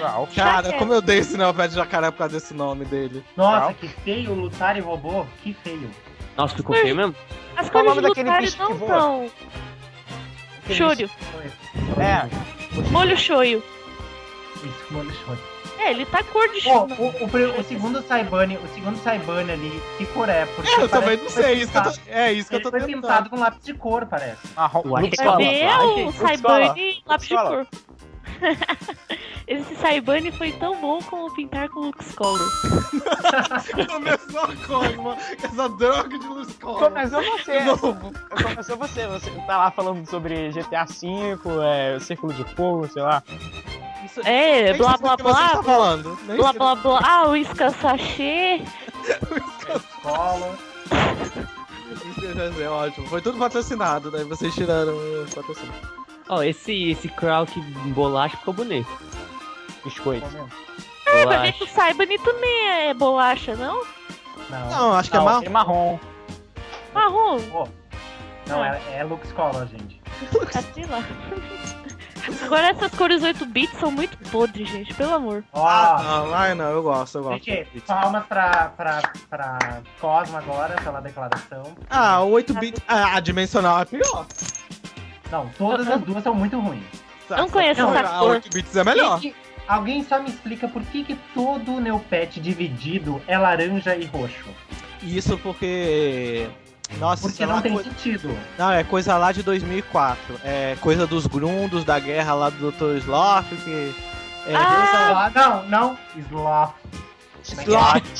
Uau. Cara, Jacaré. como eu dei esse Neopet Jacaré por causa desse nome dele. Nossa, Qual? que feio lutar e robô. Que feio. Nossa, ficou feio mesmo? As Qual o cores nome de daquele Lucario bicho que não voa? são. Que Chorio. lixo foi esse? É, Molho choio. Isso, mano, chorio. É, ele tá cor de Pô, choio. o, o, pri- o segundo Saibane, o segundo Saibane ali, que cor é? Porque É, eu parece também que não foi sei. Isso que eu pintado- tô... É isso que eu Ele tô foi tentando. pintado com lápis de cor, parece. marrom. Eu acho que Luxola. é Cadê Fala, o fala. Saibane lápis de Fala. cor? Esse Saibane foi tão bom como pintar com Lux Color. Começou a Cosma, essa droga de luz Cosma. Começou você. é? De novo. Começou você. Você tá lá falando sobre GTA V, é, Círculo de Fogo, sei lá. Isso- É, Nem blá sei do blá que você blá. está falando. Nem Blá sei. blá blá. Ah, o isca sachê. Colo. É ótimo. Foi tudo patrocinado, daí vocês tiraram o patrocínio. Ó, esse, esse Krauk bolacha ficou bonito. Biscoito. É, mas Bolacha. é que o Saibane também é bolacha, não? Não, não, Não, acho que é Não, mal. aquele marrom. Marrom. é, é Lux Cola, gente. Ah, sei lá. Agora essas cores 8 bits são muito podres, gente, pelo amor. Ah, Ó, não, ai não, eu gosto, eu gosto. gente, palmas pra, pra, pra Cosmo agora pela declaração. Ah, o 8-bit. Ah, a dimensional é pior. Não, todas as duas são muito ruins. Não conheço Não, essa a cor. 8-bits é melhor. Gente, alguém só me explica por que, que todo Neopet dividido é laranja e roxo. Isso porque. Nossa, Porque sei não lá, tem coi- sentido. não, é coisa lá de 2004. É coisa dos grundos da guerra lá do Dr. Sloth, que É, Ah! Ah, não, não. Sloth. Slot!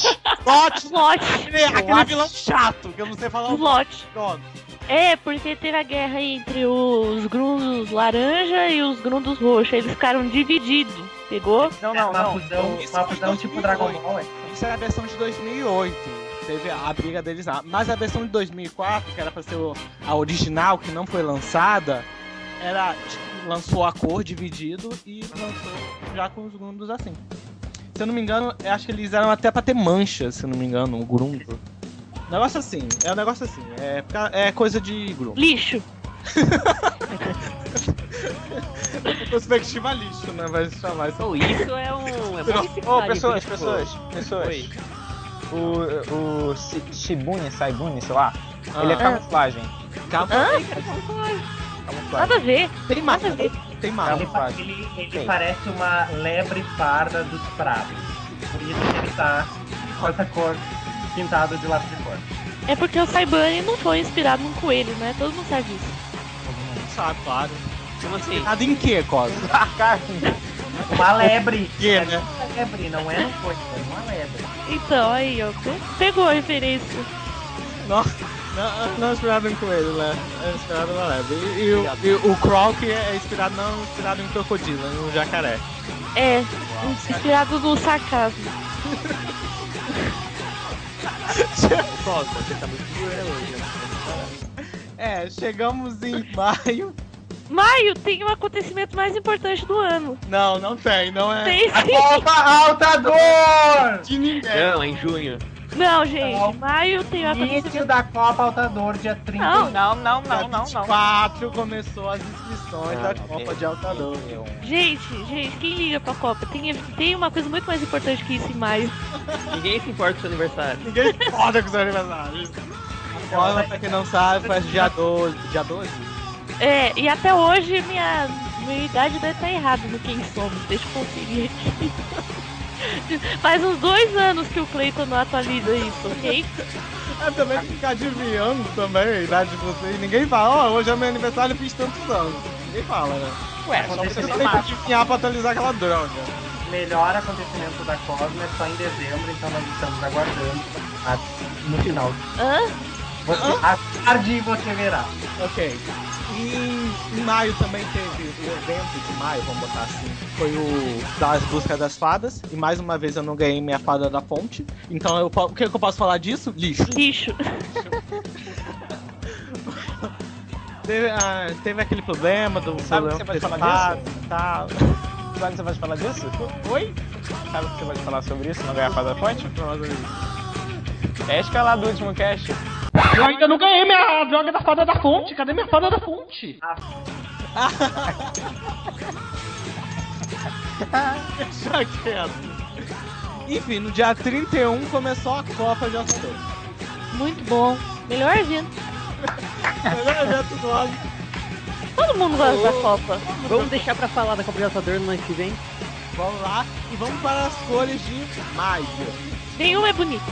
Slot! Slot! né? Aquele, aquele vilão chato, que eu não sei falar o Slot. nome. É, porque teve a guerra entre os grundos laranja e os grundos roxos. Eles ficaram divididos, pegou? Não, Não, não, é uma não. fusão, Isso uma foi fusão tipo Dragon 2008. Ball, é. Isso era a versão de 2008. Teve a briga deles lá. Mas a versão de 2004, que era pra ser o- a original, que não foi lançada, era tipo, lançou a cor dividido e lançou já com os grundos assim. Se eu não me engano, eu acho que eles eram até pra ter mancha, se eu não me engano, o grundo. Negócio assim, é um negócio assim, é, fica- é coisa de grundo. Lixo. Perspectiva lixo, né? Vai chamar isso. Ou isso é um. É Ô, publicidade, pessoas, tipo, pessoas, pessoas. Oi. O, o Shi- Shibune, Saibune, sei lá, ele é Ah, camuflagem. calma. Nada Camuflagem. a ver. Tem Nada a máscara, ver. tem Ah, Ele, máscara. pa- faz. ele- ele Sim. parece uma lebre parda dos prados. Por isso que ele tá com essa cor pintada de lápis de cor. É porque o Saibane não foi inspirado num coelho, né? Todo mundo sabe disso. Sabe, claro. Como assim? Nada em que, Cosa? Uma lebre! Que, É né? uma lebre, não é no coito, é uma lebre. Então, aí, ó. pe- Pegou a referência. Não, não é inspirado em coelho, né? É inspirado na lebre. E, e o- e o Croc é inspirado não inspirado em crocodilo, em um jacaré. É, inspirado no sarcasmo. Cosa, você tá muito dura hoje. né? É, chegamos em maio. Maio tem o acontecimento mais importante do ano. Não, não tem, não é Tem sim. Opa, Altador! de ninguém. Não, é em junho. Não, gente. Não. Maio tem o Início acontecimento. da Copa Altador, dia um. 30. Não. é Não, não, Dia não, não, não. 24 começou as inscrições da Copa de Altador. Gente, gente, quem liga pra Copa? Tem, tem uma coisa muito mais importante que isso em maio. Ninguém se importa com seu aniversário. Ninguém foda com seu aniversário. Agora, pra quem não sabe, faz dia 12. Dia 12? É, e até hoje minha, minha idade deve estar errada no quem somos. Deixa eu conferir aqui. Faz uns dois anos que o Cleiton não atualiza isso, ok? É também ficar adivinhando também a idade de vocês. Ninguém fala, ó, hoje é meu aniversário e fiz tantos anos. Ninguém fala, né? Ué, só só você você Você Sim. tem que adivinhar pra atualizar aquela droga. Melhor acontecimento da Cosmo é só em dezembro, então nós estamos aguardando a- no final. Hã? Você, à tarde você verá. Ok. E em maio também teve o evento de maio, vamos botar assim. Foi o das buscas das fadas. E mais uma vez eu não ganhei minha fada da fonte. Então eu po- o que, que eu posso falar disso? Lixo. Lixo. Teve, ah, teve aquele problema do Sabe o que você vai falar disso? Tá. Sabe que você vai falar disso? Oi? Sabe que você vai falar sobre isso? Não ganhar a fada forte? Nossa, É acho que é lá do último cast. Eu ainda não ganhei minha droga da fada da fonte. Cadê minha fada da fonte? Deixa quieto. Enfim, no dia 31 começou a Copa de Açador. Muito bom. Melhor evento. Melhor evento do ano. Todo mundo gosta da Ô. Copa. Vamos deixar pra falar da Copa do Atador no ano que vem? Vamos lá e vamos para as cores de maio. Nenhum é bonito.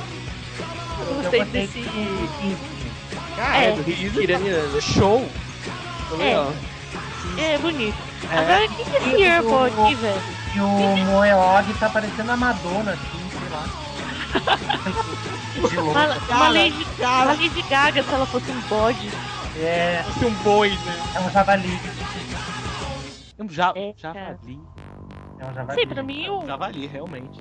Eu Eu gostei gostei desse. de 15. É. do Iraniano. Show! Ficou É. legal. É bonito. Agora, o que que esse AirPod aqui, velho? E o Moeog tá parecendo a Madonna, assim, sei lá. De Uma, louco. uma, Lady, uma Cara, Lady Gaga, se ela fosse um bode. É, fosse um boi, né? é um javali. Um ja É, cara. javali. É um javali. Sei, pra mim, Um o. javali, realmente.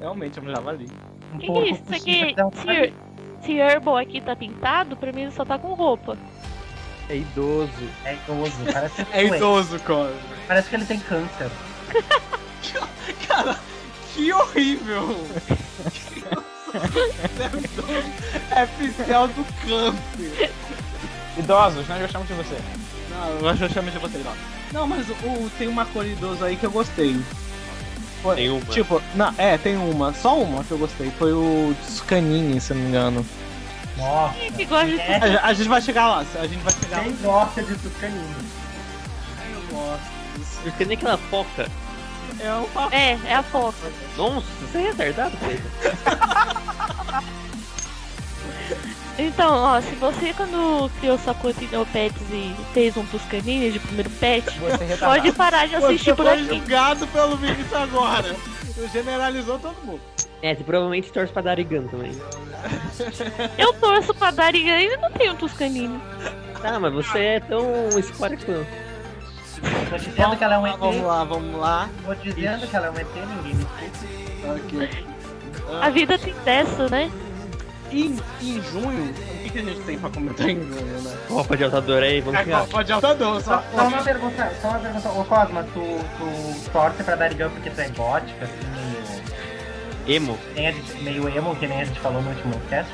Realmente é um javali. Um Que que é porco isso? com Isso aqui, chifres é um esse javali. Air- esse Airboy aqui tá pintado, pra mim ele só tá com roupa. É idoso. É idoso. Parece, É idoso, cara. parece que ele tem câncer. Cara, que horrível! Que horror. é pincel do câncer. Idosos, nós gostamos de você. Não, eu já chamei de você, não. Não, mas o, tem uma cor idoso aí que eu gostei. Tem uma. Tipo, não, é, tem uma, só uma que eu gostei. Foi o Scanini, se eu não me engano. Nossa. Quem é que gosta de É, A, a gente vai chegar lá, a gente vai chegar lá. quem gosta de tucanino? Eu gosto. Porque nem aquela foca. É uma É, é a foca. Nossa, você é retardado, Cleiton. Então, ó, se você quando criou sua conta em Neopets e fez um Tuscanini de primeiro pet, Você é retardado. pode parar de assistir Você por foi aqui. julgado pelo Vinícius agora. Eu generalizou todo mundo. É, você provavelmente torce pra Darigan também. Eu torço pra Darigan e não tenho um Tuscanini. Tá, mas você é tão spoiler quanto. Tô dizendo que ela é um Ah, Vamos ET. lá, vamos lá. Tô dizendo que ela é um ET, ninguém me escuta. Ok. A vida tem dessa, né? Em, em junho, o que, que a gente tem pra comentar em junho, né? Copa de Altador aí, vamos É criar. Copa de Altador, Só, só só uma pergunta, só uma pergunta. Ô Cosma, tu, tu torce pra Darigan porque tu é gótica, assim, meio, Emo. que nem a gente- meio emo, que nem a gente falou no último cast?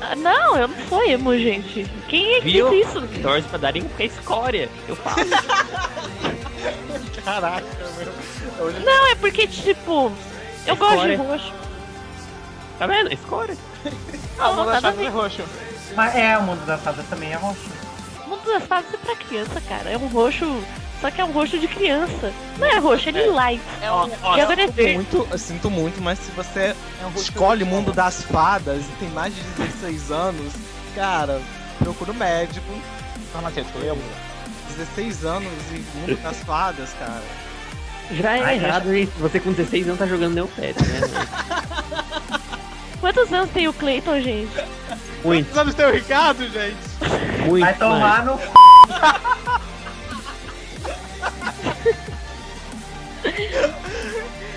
Ah, não, eu não sou emo, gente. Quem é que Viu? diz isso? Torce pra Darigan porque é escória. Eu falo. Caraca, meu. Hoje Não, é porque, tipo, eu gosto de Escória. roxo. Tá vendo? É escória. ah, Não, vou nada a deixar ver. de roxo. Mas é, o mundo das fadas também é roxo. O mundo das fadas é pra criança, cara. É um roxo. Só que é um roxo de criança. Não é roxo, é lilás. Ó, ó, E agora é eu verde. muito, eu sinto muito, mas se você É um rosto- escolhe o mundo das fadas e tem mais de 16 anos, cara, procura o médico. farmacêutico. Eu, 16 anos e mundo das fadas, cara. Já é Ai, errado, gente. Você com 16 anos tá jogando Neopet, né? Quantos anos tem o Clayton, gente? Muito, Sabe seu Ricardo, gente? muito. mais. Vai tomar no c...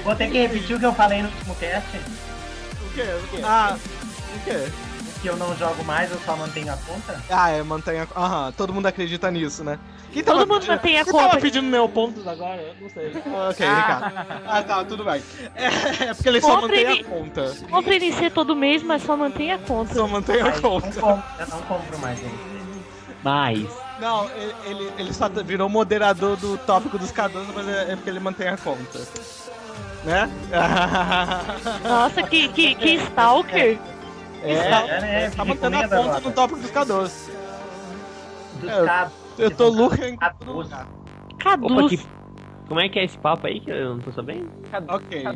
Vou ter que repetir o que eu falei no último cast, O quê? O quê? Ah, o quê? que eu não jogo mais, eu só mantenho a conta. Ah, é, mantenha. Aham, todo mundo acredita nisso, né? Quem tava Todo mundo pedindo- mantém a Quem tava conta. pedindo meu ponto? Agora, eu não sei. Ok, Ricardo. Ah, tá, tudo bem. É, é porque ele só Compre mantém a ele. conta. Compra inicia todo mês, mas só mantém a conta. Só mantém Aí a eu não conta. compro, eu não compro mais ele. Mas, Não, ele, ele- ele só virou moderador do tópico dos cadunos, mas é, é porque ele mantém a conta. Né? Nossa, que, que, que stalker. É, né? tá mantendo a Recomenda conta agora. no tópico dos cadunos. Dos É, eu- cabos. Eu tô lucro em Cadunos. todo lugar. opa, Caduz. que... Como é que é esse papo aí que eu não tô sabendo? Ok.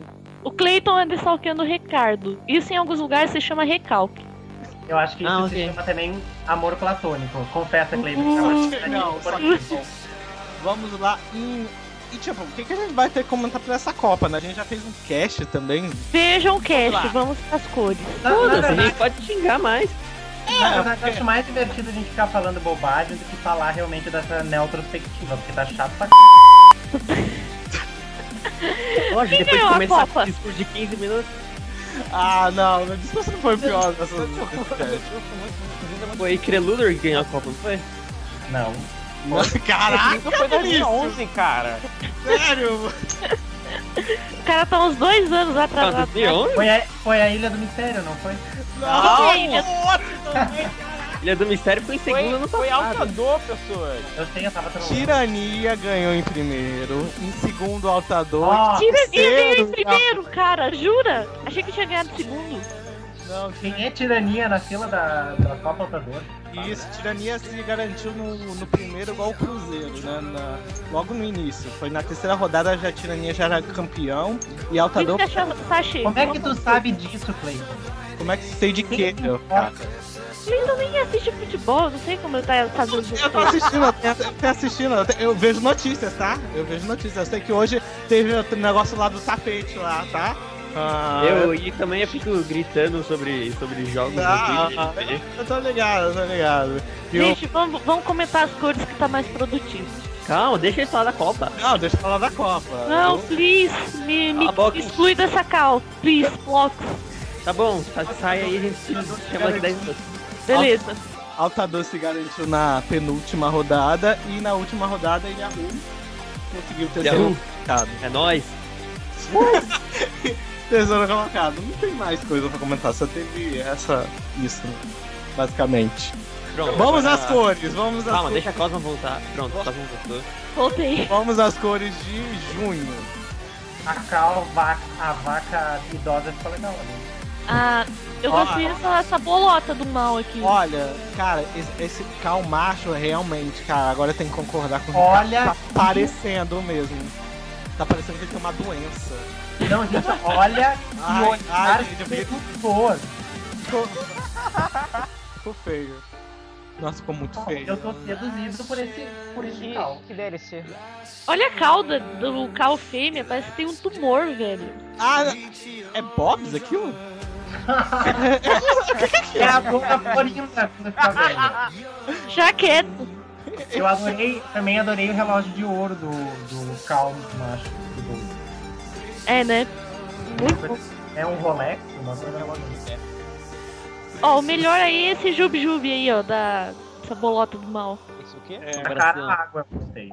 O Clayton anda stalkeando o Ricardo. Isso em alguns lugares se chama recalque. Eu acho que isso Ah, se ok. chama também amor platônico. Confessa, Cleiton. Uhum. que tá Hum, Não, só que é bom. Vamos lá em. E tipo, o que, que a gente vai ter que comentar pra essa Copa, né? A gente já fez um cast também. Vejam o cast, Claro. vamos pras cores. Na, na Foda-se, a verdade, gente pode xingar mais. na verdade, eu acho mais divertido a gente ficar falando bobagem do que falar realmente dessa neotrospectiva, porque tá chato pra c... Lógico, Quem depois ganhou a começa Copa? o discurso de 15 minutos. Ah, não, a discussão não foi o pior dessa. desse cast. Foi Creludor que ganhou a Copa, não foi? Não. Caraca, Foi Vinícius, 2011, cara. sério! O cara tá uns dois anos Ah, atrasado. né? 2011? Foi a, foi a Ilha do Mistério, não foi? Não, ele- Ilha é do Mistério ficou em segundo Foi, no foi passado. altador, pessoas. Eu sei, eu tava trolando. Tirania ganhou em primeiro, em segundo o Altador. Ó, Tira ele Terceiro, em primeiro, cara, jura? Achei que tinha ganhado segundo. Não, quem é tirania na fila da, da Copa Lutador? isso, Tirania se garantiu no, no primeiro igual o Cruzeiro, né? na- logo no início. Foi na terceira rodada já a Tirania já era campeão e Isso Altador. que achava- sachê. Como é que tu sabe disso, Cleiton? Como é que sei de quê? meu? Cleiton nem assiste futebol, não sei como ele tá fazendo Eu tô assistindo, eu tenho- eu tô assistindo, eu, tenho- eu vejo notícias, tá? Eu vejo notícias. Eu sei que hoje teve o negócio lá do tapete lá, tá? Ah, Eu, e também eu fico gritando sobre, sobre jogos Ah, no Twitter. eu tô ligado, eu tô ligado. Que eu- Gente, vamos, vamos comentar as cores que tá mais produtivo. ah. Calma, deixa ele falar da Copa. Não, deixa eu falar da Copa. Não, Eu- please, me, me Cala a boca. exclui dessa cal. Please, bloco. Tá bom, sa- sai aí, a gente se chama daqui 10 minutos. Beleza. Altador se garantiu na penúltima rodada e na última rodada ele Yahoo conseguiu o terceiro Yahoo. colocado. É nóis. Terceiro colocado. Não tem mais coisa pra comentar, só teve essa isso, basicamente. Pronto. Vamos agora- às cores, vamos às Calma, cores. deixa a Cosma voltar. Pronto, a Cosma voltou. Voltei. Vamos às cores de junho. A cal, vaca, a vaca idosa ficou legal ali. Ah, eu Ó. gostei dessa essa bolota do mal aqui. Olha, cara, esse, esse cal macho realmente, cara, agora tem que concordar com o Ricardo. Olha, Tá parecendo mesmo. Tá parecendo que ele tem uma doença. não, gente, olha que Ai, olhar ai, gente, eu sedutor. fiquei- Ficou feio. Nossa, ficou muito feio. Eu tô seduzido por esse, por esse cal. Que, que DLC. Olha a cauda do Cal Fêmea, parece que tem um tumor, velho. Ah, é Bob's aquilo? É a boca florinda né? quando fica velha. Jaqueta. Eu adorei, também adorei o relógio de ouro do, do cal macho. do Gold. É, né? Muito bom. É um Rolex, uma coisa assim. Ó, o melhor aí é esse Jube-Jube aí, ó, da... Essa bolota do mal. Isso o quê? É. Tá A cara Coração. água, gostei.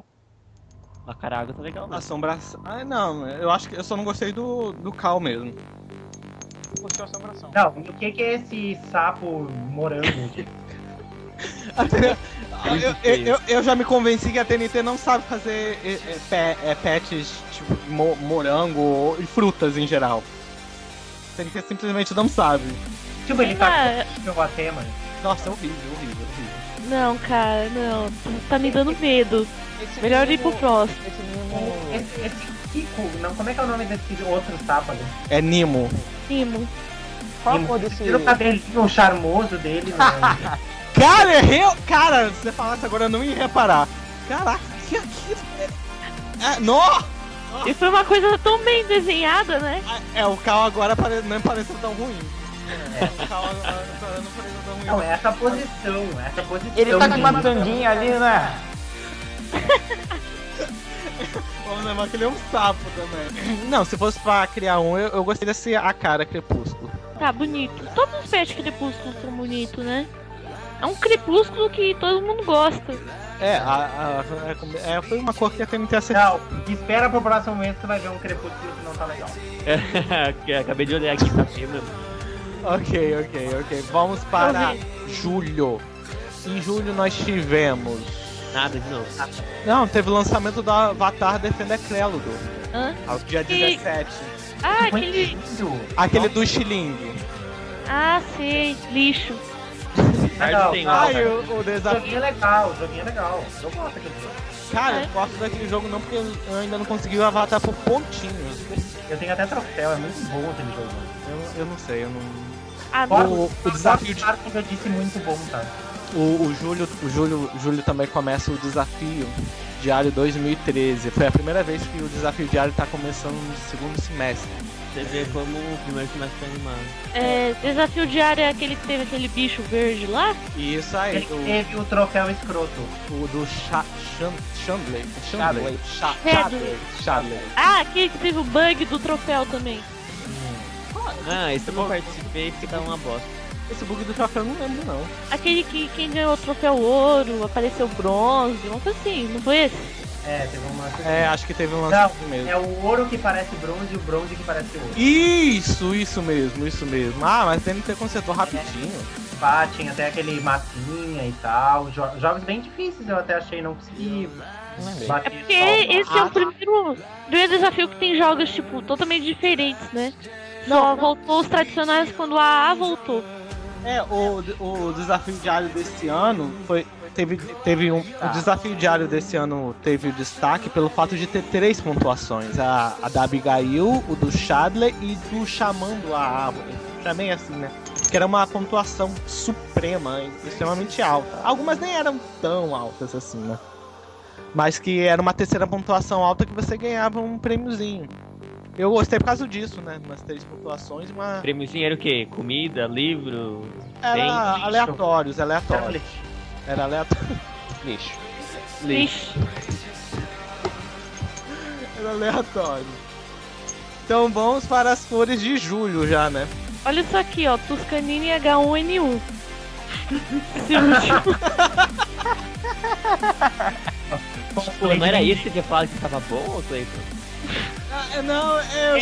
A caraca tá legal, né? Assombração. Ah, não, eu acho que eu só não gostei do, do Cal mesmo. Curtiu a assombração. Não, e o que, que é esse sapo morango? gente? eu, eu- eu- eu já me convenci que a TNT não sabe fazer é, é, pe- é, patches tipo de mo- morango ou- e frutas em geral. A TNT simplesmente não sabe. tipo, ele Sei tá lá, com o tema. Nossa, é horrível, horrível, horrível. Não, cara, não. Tá me dando medo. Esse Melhor ir menino- pro próximo. Esse menino... Esse, esse Kiko, é não, como é que é o nome desse outro sapo ali? É Nimo. Primo. Qual a cor desse... Tira o cabelinho charmoso dele, né? Cara, eu errei. Cara, se você falasse agora eu não ia reparar. Caraca, que aquilo? É, é, nó! E foi uma coisa tão bem desenhada, né? É, o Cal agora pare... não pareceu tão ruim. É, o Cal agora não pareceu tão ruim. Não, é essa posição, essa posição. Ele tá com uma dele. tanguinha ali, né? Vamos lembrar que ele é um sapo também. Não, se fosse pra criar um, eu, eu gostaria de ser a cara crepúsculo. Tá bonito. Todos os pets crepúsculos são bonitos, né? É um crepúsculo que todo mundo gosta. É, a- a- é como- é, foi uma cor que a TNT acertou. Não, espera pro próximo mês que tu vai ver um crepúsculo que não tá legal. É, Que Acabei de olhar aqui tá pra cima. Ok, ok, ok. Vamos para julho. Em julho nós tivemos. Nada de novo. Não, teve o lançamento do Avatar Defender Créludor. Hã? Ao dia Que- 17. Ah, aquele. Lindo. Aquele do estilingue. Ah, sei. Lixo. Ah, não, tem não, nada. Ai, o, o desafio. Joguinho é legal, joguinho é legal. Eu gosto daquele jogo. Cara, eu gosto daquele jogo não porque eu ainda não consegui o Avatar por pontinhos. Eu tenho até troféu, é muito bom aquele jogo. Eu, eu não sei, eu não. Ah, Fora não. O- o desafio de- Marcos eu disse muito bom, tá? O, o Júlio, o Júlio, o Júlio também começa o desafio diário 2013. Foi a primeira vez que o desafio diário tá começando no segundo semestre. Você vê como o primeiro semestre foi tá animado. É, desafio diário é aquele que teve aquele bicho verde lá? E isso aí, Ele teve o troféu escroto. o, o do Cha- Chan- Chandler. Chandler. Cha- É, Chadley. Chadley. Ah, aquele que teve o bug do troféu também. Ah, esse eu não participei porque tava uma bosta. Esse bug do troféu eu não lembro, não. Aquele que quem ganhou o troféu ouro, apareceu bronze, uma coisa assim, não foi esse? É, teve uma. É, acho que teve um lance Não, assim mesmo. É o ouro que parece bronze e o bronze que parece ouro. Isso, isso mesmo, isso mesmo. Ah, mas tem que ter consertou rapidinho. Batem até aquele mapinha e tal. Jo- jogos bem difíceis eu até achei, não consegui Não lembrei. É bater. porque só. esse é o primeiro, primeiro desafio que tem jogos, tipo, totalmente diferentes, né? Só voltou os tradicionais quando a A voltou. É, o, o desafio diário desse ano foi. Teve, teve um. O desafio diário desse ano teve destaque pelo fato de ter três pontuações: a, a da Abigail, o do Shadley e do Xamã do Árvore. Chamei assim, né? Que era uma pontuação suprema, hein, extremamente alta. Algumas nem eram tão altas assim, né? Mas que era uma terceira pontuação alta que você ganhava um prêmiozinho. Eu gostei por causa disso, né? Umas três pontuações, uma. Prêmiozinho era o quê? Comida, livro? bem Era lixo. aleatórios, Era um aleatórios. lixo. Era aleatório. Lixo. Ixi. Era aleatório. Então vamos para as cores de julho já, né? Olha isso aqui, ó, Tuscanini H1N1. Esse último. Pô, não era isso que eu tinha falado que tava bom, ou Cleiton? Ah, é, não, eu,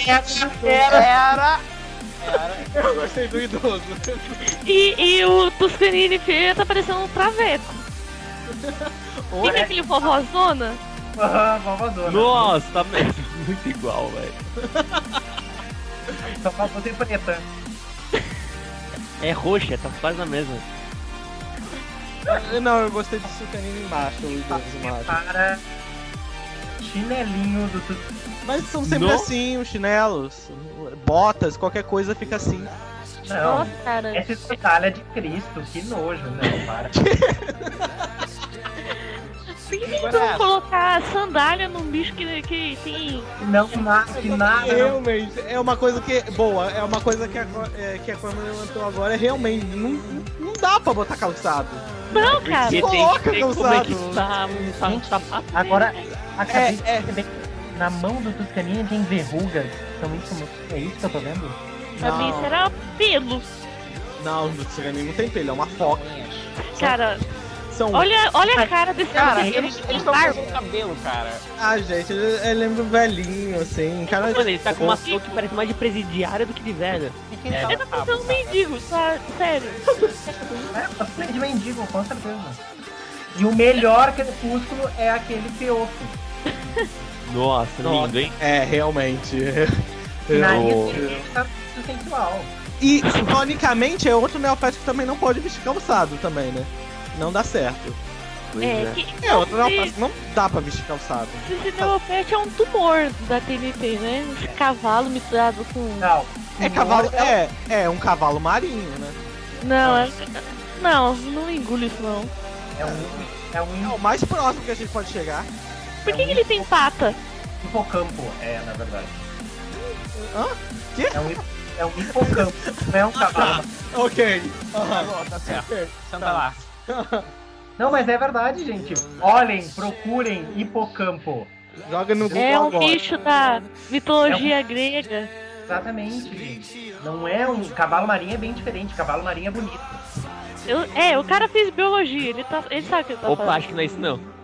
Era, era... eu gostei do idoso. E, e o Tuscanini feio tá parecendo um traveco. Quem é aquele vovózona? Aham, vovózona. Nossa, tá mesmo muito igual, velho. Só faltou ser Então, preta. É roxa, tá quase na mesma. Ah, Não, eu gostei do Sucanino embaixo, o idoso embaixo. Para chinelinho do tu- ah. Mas são sempre No? assim, os chinelos, botas, qualquer coisa fica assim. Não, É. Nossa, cara. essa escutalha de Cristo, que nojo, né, não, para. Por que então colocar sandália num bicho que, que tem. Não, nada, que nada, não. Realmente, é uma coisa que. Boa, é uma coisa que a, Co- é, que a Conan levantou agora, é realmente. Não, não dá pra botar calçado. Não, cara. Ah, Porque Coloca, tem que ver como é que calçado. tá um sa- um sapato. Agora, acabei É, é. de perceber que na mão do Tuscaninha tem verrugas. Então isso é isso que eu tô vendo? Pra mim, Não. será pelo. Não, não chega nem, não tem pelo, é uma foca. Cara, São. olha, olha a cara desse Cara, cara. eles Ele tá estão fazendo cabelo, cara. Ah, gente, ele, ele lembra um velhinho, assim. Cara, Mano, ele tá com uma touca que parece mais de presidiário do que de velho. ele tá parecendo um mendigo, tá? Sério. É, cosplay de mendigo, com certeza. E o melhor crepúsculo é aquele piofo. Nossa, lindo, hein? é, realmente. Nariz de tá sensual. E, ironicamente, é outro neopético que também não pode vestir calçado também, né? Não dá certo. É, que, É, outro neopético que não dá pra vestir calçado. esse neopete é um tumor da TNT, né? Esse cavalo misturado com. Não. É cavalo. É, é um cavalo marinho, né? Não, é... não, não engulo isso não. É um, é É um o mais próximo que a gente pode chegar. Por que, que ele tem pata? hipocampo, é, na verdade. Hã? Quê? É um, hip- é um hipocampo, não é um cavalo. Ok. Tá certo. Senta lá. Não, mas é verdade, gente. Olhem, procurem hipocampo. Joga no Google É um agora. bicho da mitologia grega. Exatamente, gente. Não é um. Cavalo marinho é bem diferente, cavalo marinho é bonito. Eu, é, o cara fez biologia, ele, tá, ele sabe o que ele tá Opa, fazendo. acho que não é isso não.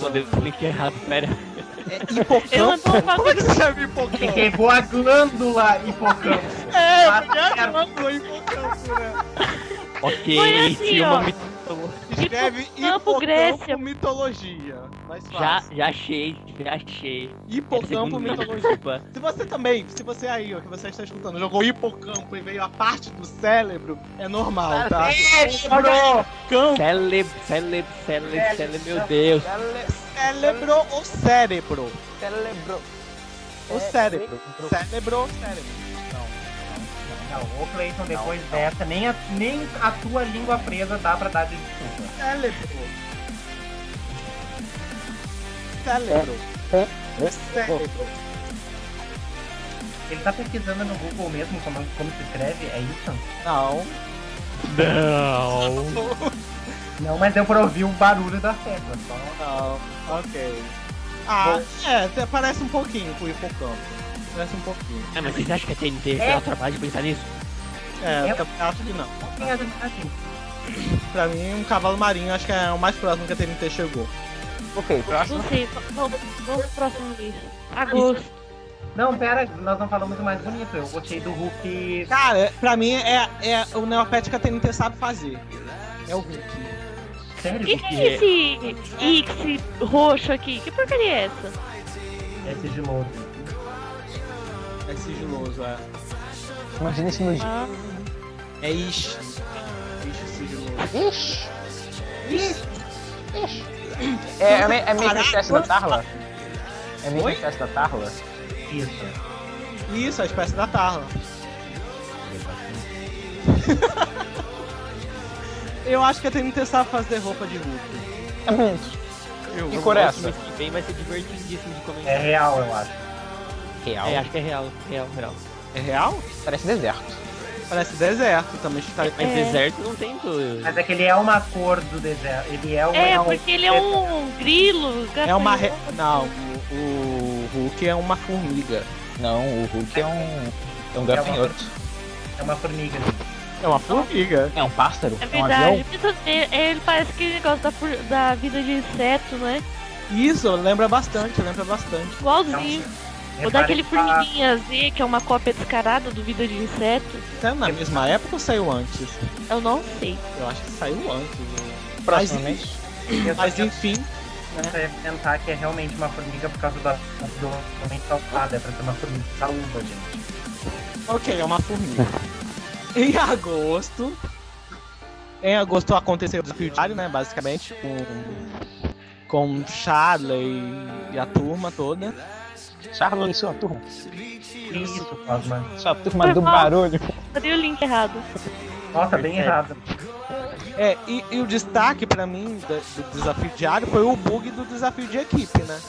Mandei o link errado, pera. Eu não tô Como é falando que você chama hipocampo? Pegou a glândula hipocampo. É, Ah, porque é certo. falando hipocampo, né? Ok, Foi assim, tinha ó. uma mit- Escreve Hipocampo, hipocampo Grécia. mitologia. Mais Já, fácil. já achei, já achei. É Hipocampo segundo link, mitologia. desculpa. Se você também, se você aí, ó, que você está escutando, jogou hipocampo e veio a parte do cérebro, é normal, tá? Bro, Campo, Celebre, celebre, celebre, celebre, meu Deus. cérebro ou cérebro? Celebrou. Ou cérebro. Cérebro ou cérebro. Não, ô Cleiton, depois dessa, nem a, nem a tua língua presa dá pra dar de desculpa. Cérebro. Cérebro. Cérebro. Ele tá pesquisando no Google mesmo como, como se escreve, é isso? Não. Não. Não, mas deu pra ouvir o barulho da tecla, só. um Não, ok. Ah, é, até parece um pouquinho com o hipocampo. Parece um pouquinho. Ah, mas vocês acham que a TNT é o trabalho de pensar nisso? É, Eu- eu acho que não. Tem as assim. Pra mim, um cavalo marinho acho que é o mais próximo que a TNT chegou. Ok, próximo. Não sei, vamos, vamos pro próximo mês. Agosto. Não, pera, nós não falamos o mais bonito. Eu gostei do Hulk. Cara, pra mim, é, é o neopético que a TNT sabe fazer. É o Hulk. Sério? E que é esse Ix roxo aqui? Que porcaria é essa? É sigiloso. É sigiloso, é. Imagina isso no dia. Ah, É ish. Ish sigiloso. Ixi. É, é, me- é meio que o teste da Tarla? É meio que o teste da Tarla? Isso. Isso, a espécie da tarla. eu acho que a TNT sabe fazer roupa de Hulk. É muito. Eu, Que cor é essa? Mas que vem vai ser divertidíssimo de É comentar. real, eu acho. Real. É, acho que é real, real, real. É real? Parece deserto. Parece deserto também. Tá... Mas É. deserto não tem tudo. Mas é que ele é uma cor do deserto. Ele é um. É, um- porque ele é um grilo. É uma. Re... gafanhoto. Não, o, o Hulk é uma formiga. Não, o Hulk é um. É um gafanhoto. gafanhoto. É uma formiga. É uma formiga. É um pássaro? É um verdade. avião? Pensa- ele- Ele parece que ele gosta da, fu- da vida de inseto, né? Isso, lembra bastante, lembra bastante. Igualzinho. Ou Reparem daquele que tá- formiguinha Z, que é uma cópia descarada do Vida de Inseto. Saiu na mesma época ou saiu antes? Eu não sei. Eu acho que saiu antes. né? Próximo Mas- mês. Eu só Mas quero enfim, tentar que é realmente uma formiga por causa da- do momento saltado. É pra ser uma formiga saúva, gente. ok, é uma formiga. em agosto. Em agosto aconteceu o desafio diário, né? Basicamente, com. Com Charlie e a turma toda. Charlon e sua turma. Que isso, Cosma? Sua turma do barulho. Cadê o link errado? Nossa, bem errado. É, e, e o destaque pra mim da- do desafio diário foi o bug do desafio de equipe, né?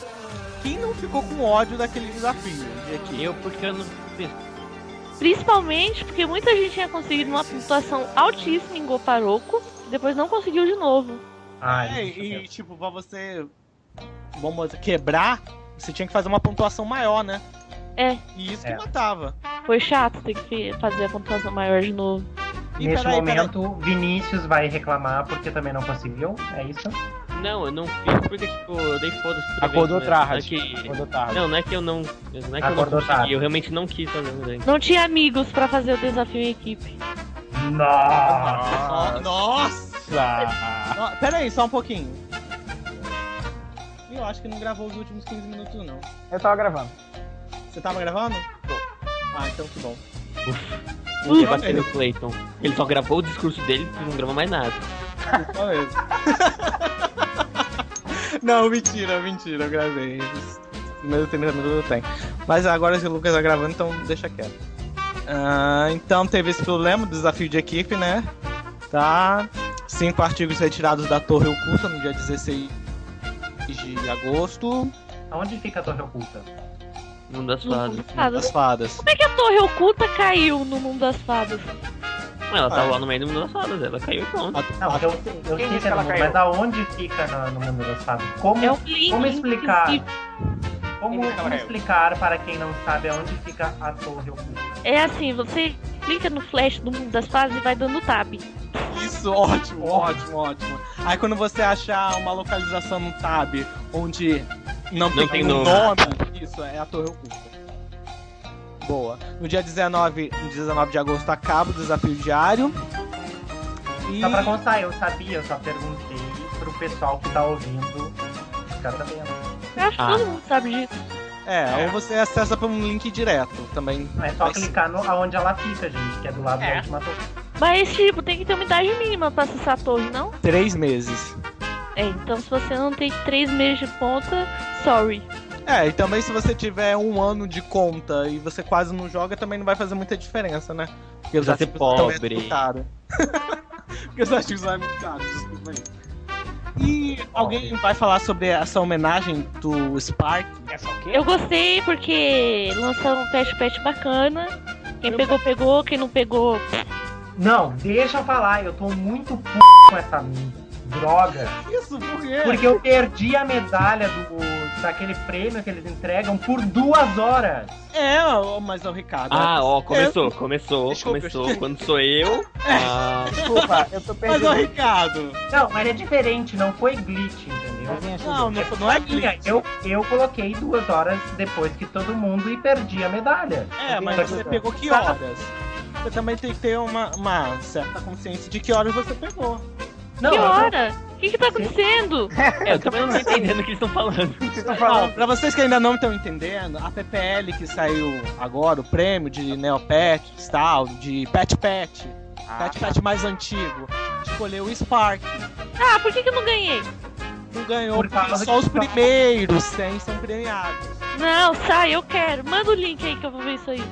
Quem não ficou com ódio daquele desafio de é- equipe? Eu, porque eu não. Principalmente porque muita gente tinha conseguido uma pontuação altíssima em Goparoco e depois não conseguiu de novo. É, Ai, e tipo, pra você vamos dizer, quebrar, você tinha que fazer uma pontuação maior, né? É. E isso É. que matava. Foi chato ter que fi- fazer a pontuação maior de novo. E nesse peraí, peraí. momento, Vinícius vai reclamar porque também não conseguiu. É isso? Não, eu não fiz porque, tipo, eu dei foda-se. pro Acordou evento, né? Não é tarde. que- Acordou tarde. Não, não é que eu não. Não é que eu não Acordou consegui, tarde. eu realmente não quis fazer o evento. Não tinha amigos pra fazer o desafio em equipe. Nossa! Ó, Nossa! Nossa! Ó, Pera aí, só um pouquinho. Ih, Eu acho que não gravou os últimos 15 minutos, não. Eu tava gravando. Você tava gravando? Ah, então tá que bom. Não Uh, ia bater no velho. Clayton. Ele só gravou o discurso dele e não gravou mais nada. Só mesmo. não, mentira, mentira, eu gravei. Os Primeiros 30 minutos eu tenho. Mas agora o Lucas tá gravando, então deixa quieto. Ah, então teve esse problema, desafio de equipe, né? Tá. Cinco artigos retirados da Torre Oculta no dia 16 de agosto. Onde fica a Torre Oculta? Não dá No mundo suado. das fadas. Das fadas. Como é que a torre oculta caiu no mundo das fadas? Uhum. Ela Ah, é. tava lá no meio do mundo das fadas, ela caiu e pronto. Não, eu, sei- eu sei disse que é no que ela mundo, caiu? mas aonde fica na- no, mundo das fadas? Como, É um link. como explicar? invisível. Como, disse que ela como caiu? explicar para quem não sabe aonde fica a Torre Oculta? É assim, você clica no flash do mundo das fadas e vai dando tab. Isso, ótimo, ótimo, ótimo. Aí quando você achar uma localização no tab onde não, tem, tem um nome. nome, isso é a torre oculta. Boa. No dia 19, no 19 de agosto acaba o desafio diário. E Só Tá pra constar, eu sabia, eu só perguntei pro pessoal que tá ouvindo ficar sabendo. Eu acho que Ah. todo mundo sabe disso. é, ou você acessa por um link direto também. É só Mas- clicar no, aonde ela fica, gente, que é do lado da última torre. Mas, tipo, tem que ter uma idade mínima pra acessar a torre, não? Três meses. É, então se você não tem três meses de ponta, sorry. É, e também se você tiver um ano de conta e você quase não joga, também não vai fazer muita diferença, né? Porque os Vai ser artigos também pobre. é muito caro. Porque os artigos são muito caros, desculpa aí. E alguém vai falar sobre essa homenagem do Spark? Essa É o quê? Eu gostei porque lançaram um patch patch bacana. Quem pegou, pegou. Quem não pegou, Não, deixa eu falar, eu tô muito p com essa droga. Isso, por quê? Porque eu perdi a medalha do, daquele prêmio que eles entregam por duas horas. É, ó, mas o Ricardo. Ah, ó, é- começou, começou, Desculpa, É. começou. Quando sou eu. Ah, Desculpa, eu tô Mas é o perdido. Ricardo. Não, mas é diferente, não foi glitch, entendeu? Alguém ajuda? Não, não, foi- não é Minha, glitch. eu, eu coloquei duas horas depois que todo mundo e perdi a medalha. É, mas Tá você tudo pegou que horas? Você também tem que ter uma, uma certa consciência de que horas você pegou. Não, que eu- hora? O que que tá acontecendo? é, eu também não tô entendendo o que eles estão falando. Vocês estão Não, falando. pra vocês que ainda não estão entendendo, a PPL que saiu agora, o prêmio de Neopets, tal, de Pet Pet, Ah, Pet Pet mais antigo, escolheu o Spark. Ah, por que que eu não ganhei? Não ganhou Por causa porque só que- os primeiros 100 são premiados. Não, sai, eu quero. Manda o link aí que eu vou ver isso aí.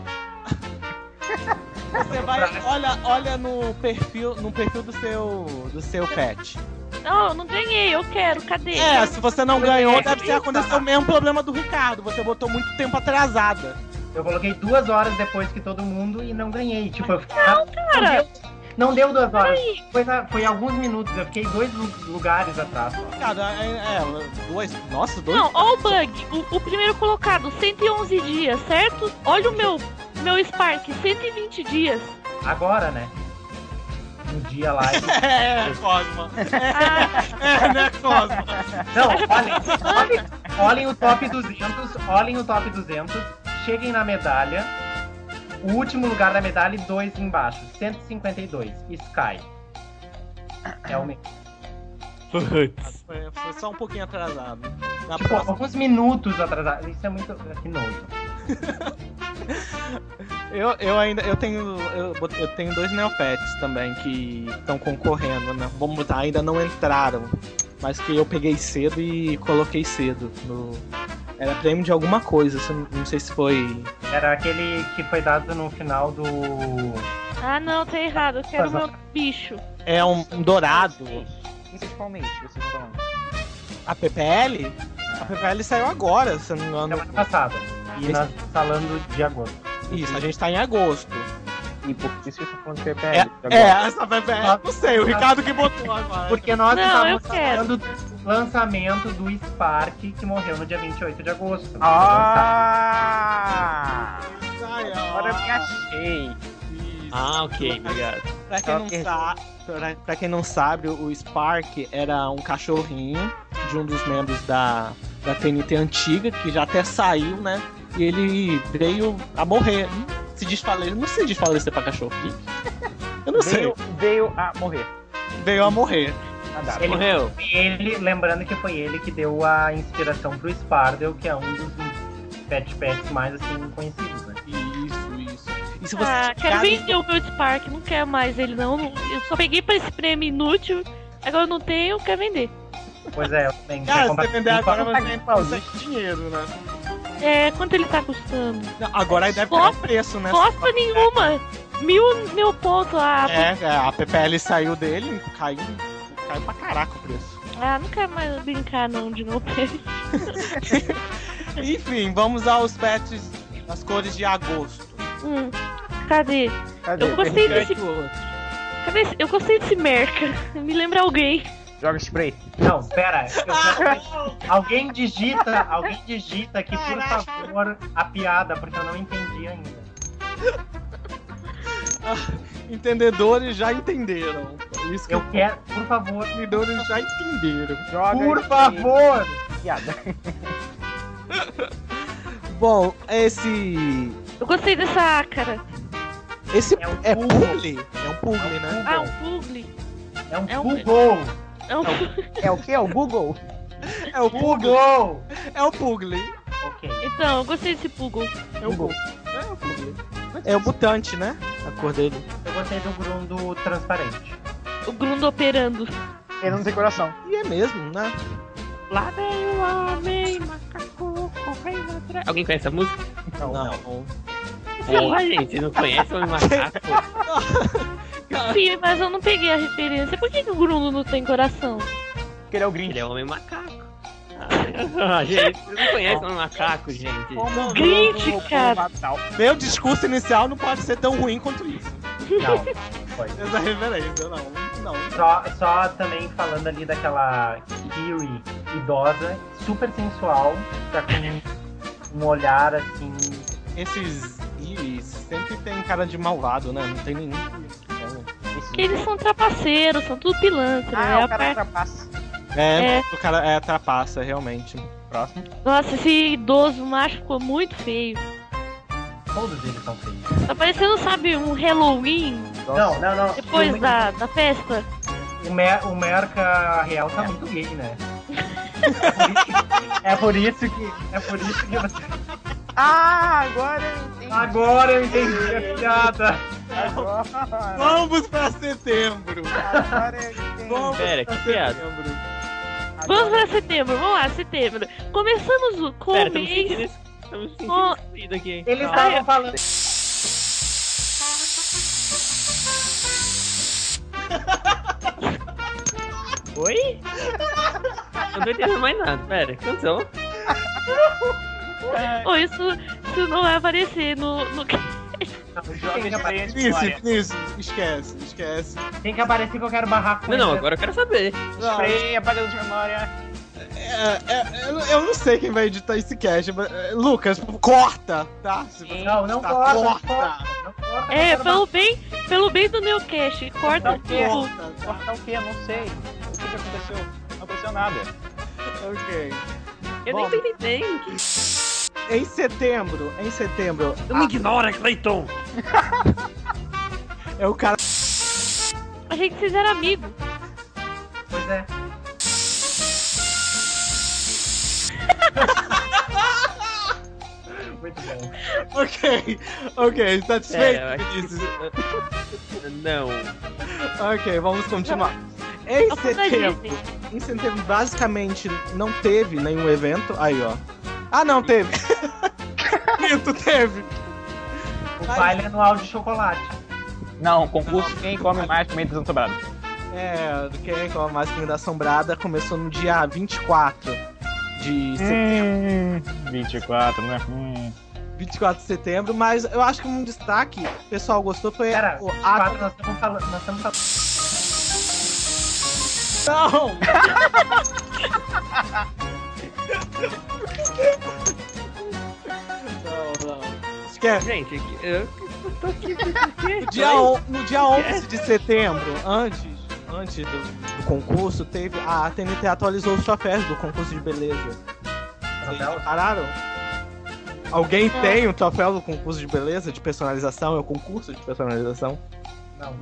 Você vai, olha, olha no perfil, no perfil do seu, do seu pet. Não, eu não ganhei, eu quero. Cadê? É, se você não ganhou, deve ter acontecido o mesmo problema do Ricardo. Você botou muito tempo atrasada. Eu coloquei duas horas depois que todo mundo e não ganhei. Tipo, eu fiquei. Não, cara. deu- Não deu duas horas. Foi, na- foi alguns minutos, eu fiquei dois lu- lugares atrás. só. Ricardo, é, é, dois, nossa, dois. Não, ó o bug. O, o primeiro colocado, 111 dias, certo? Olha o meu, meu Spark, 120 dias. Agora, né? Um dia lá. e- É, Cosma. Ah, É, né, Cosma? Não, olhem, olhem, olhem o top 200, olhem o top 200, cheguem na medalha, o último lugar da medalha e dois embaixo, 152, Sky. É o mesmo. Putz. Foi, foi só um pouquinho atrasado. Na Tipo, próxima, alguns minutos atrasado. Isso é muito. Que nojo. eu, eu ainda eu tenho eu, bot- eu tenho dois neopets também que estão concorrendo, né? Vamos botar, ainda não entraram, mas que eu peguei cedo e coloquei cedo no Era prêmio de alguma coisa, se- não sei se foi. Era aquele que foi dado no final do. Ah, não, tá errado. Eu quero meu bicho. É um, um dourado. Não sei de qual mês que vocês estão falando. A PPL? A PPL saiu agora, se eu não me engano. Semana passada. E nós estamos falando de agosto. Isso, a gente tá em agosto. E por que vocês estão falando de PPL? É, agora? é, essa PPL. Não sei, o Ricardo que botou agora. Porque nós Não, eu estávamos quero. falando do lançamento do Spark que morreu no dia 28 de agosto. Ah! Ai, ó. Agora é eu me achei. Ah, ok, obrigado. Pra quem, não Ok. sa- pra- pra quem não sabe, o Spark era um cachorrinho de um dos membros da, da TNT antiga, que já até saiu, né? E ele veio a morrer. Se desfalecer. Não sei desfalecer pra cachorro. Eu não sei. Veio, veio a morrer. Ah, Veio a morrer. Nada. Ele- Morreu. Então, Ele, lembrando que foi ele que deu a inspiração pro Spardel, que é um dos pet pets mais assim conhecidos, né? Isso, isso. E se você assim, Ah, chegar quero em- vender o meu Spark. Não quero mais ele, não. Não- Eu só peguei pra esse prêmio inútil. Agora eu não tenho, eu quero vender. Pois é, eu também. Cara, quero se comprar- você vender um agora, comprar- você consegue um dinheiro, né? É, quanto ele tá custando? Não, agora aí deve ter um preço, né? Bosta nenhuma! Mil, mil pontos ah, lá. É, é, a PPL saiu dele, caiu, caiu pra caraca o preço. Ah, não quero mais brincar, não, de novo. Enfim, vamos aos pets das cores de agosto. Hum, cadê? Cadê? Eu gostei Perdi. desse. Cadê esse- Eu gostei desse merca. Me lembra alguém. Joga spray. Não, pera. Ah, eu quero- alguém digita, alguém digita aqui, por favor, a piada, porque eu não entendi ainda. Entendedores já entenderam. É Isso que Eu eu quero, por favor, entendedores já entenderam. Joga por spray. favor! Piada. Bom, esse. Eu gostei dessa cara. Esse É um é pulo. Pugly? É um Pugly, né? Ah, um Pugli. É um É um- Google! É um É o que? É o Google? É o Pugly. Google! É o Pugly. Ok. Então, eu gostei desse Puggle. É o Pugly. É o Pugly. É o mutante, né? A cor dele. Eu gostei do grundo transparente. O Grundo operando. Ele não tem coração. E é mesmo, né? Lá vem o homem, macaco, correndo atrás. Alguém conhece a música? Não. Sei lá, gente, vocês não conhecem o macaco? Sim, mas eu não peguei a referência. Por que, que o Grundo não tem coração? Porque ele é o Grinch. Ele é homem macaco. Ah, gente, vocês não conhecem o homem macaco, gente. Como o Grinch, Google cara. roubou o Natal. Meu discurso inicial não pode ser tão ruim quanto isso. Não, foi. Essa referência, não. Não. Só, só também falando ali daquela Kiri idosa, super sensual, tá com um olhar assim. Esses Iris sempre tem cara de malvado, né? Não tem nenhum. que- Porque eles são trapaceiros, são tudo pilantra. né? Ah, A o cara par- trapaça. É, É. o cara é trapaça, realmente. Próximo. Nossa, esse idoso macho ficou muito feio. Todos eles são feios. Tá parecendo, sabe, um Halloween Não, não, não. depois o, da, da festa. o, Mer, o Merca Real tá muito gay, né? É por isso que. É por isso que. É por isso que você- Ah, agora eu entendi. Agora eu entendi a piada! Agora, Vamos pra setembro! agora eu entendi. Vamos Pera, pra que piada? setembro! Vamos Agora- pra setembro, vamos lá, setembro. Começamos o, com Pera, um o estamos mês. sentindo esse- estamos sentindo Com- esse ruído aqui. Ah, é. Eles Calma. é. estavam falando. Oi? Eu não tô entendendo mais nada. Pera, canção. Oh, isso, isso não vai aparecer no. no... Tem que, aparecer, Vinícius, Vinícius, esquece, esquece. tem que aparecer que eu quero barraco. né? Não, não, agora eu quero saber. Não, Spray, apagador de memória. é, é, eu, eu não sei quem vai editar esse cast, mas. é, Lucas, corta, tá? Se você Não, não tá, corta, não corta! corta. Não corta, eu É, quero pelo bem, pelo bem do meu cash, corta tipo, Tá bom. tudo. Corta, tá? Cortar o quê? Não sei. O que, que aconteceu? Não aconteceu nada. Ok. Eu Bom. nem tô entendendo. Em setembro, em setembro, Eu me ignora, Clayton. é o cara. A gente vocês eram amigos. Pois é. Muito bom. Ok, ok, satisfeito, Pera, É, eu acho Vinícius? que- Não. Ok, vamos continuar. Em Eu fui pra setembro, em setembro basicamente não teve nenhum evento. Aí, ó. Ah, não, teve. Minto, teve. O baile anual de chocolate. Não, concurso quem come mais comida sobrada. É, do que com a mais comida assombrada começou no dia 24 Hum. de setembro. 24, né? Hum. 24 de setembro, mas eu acho que um destaque, o pessoal gostou, foi Pera, o de fato, ato. nós estamos falando. Nós estamos falando. Não! não, não. Esquece. Gente, eu eu tô aqui. No dia, on- no dia 11 de setembro, antes, antes do, do concurso, teve a TNT atualizou os troféus do concurso de beleza. Vocês Troféu? pararam? Alguém tem o troféu do concurso de beleza, de personalização? É o concurso de personalização? Não.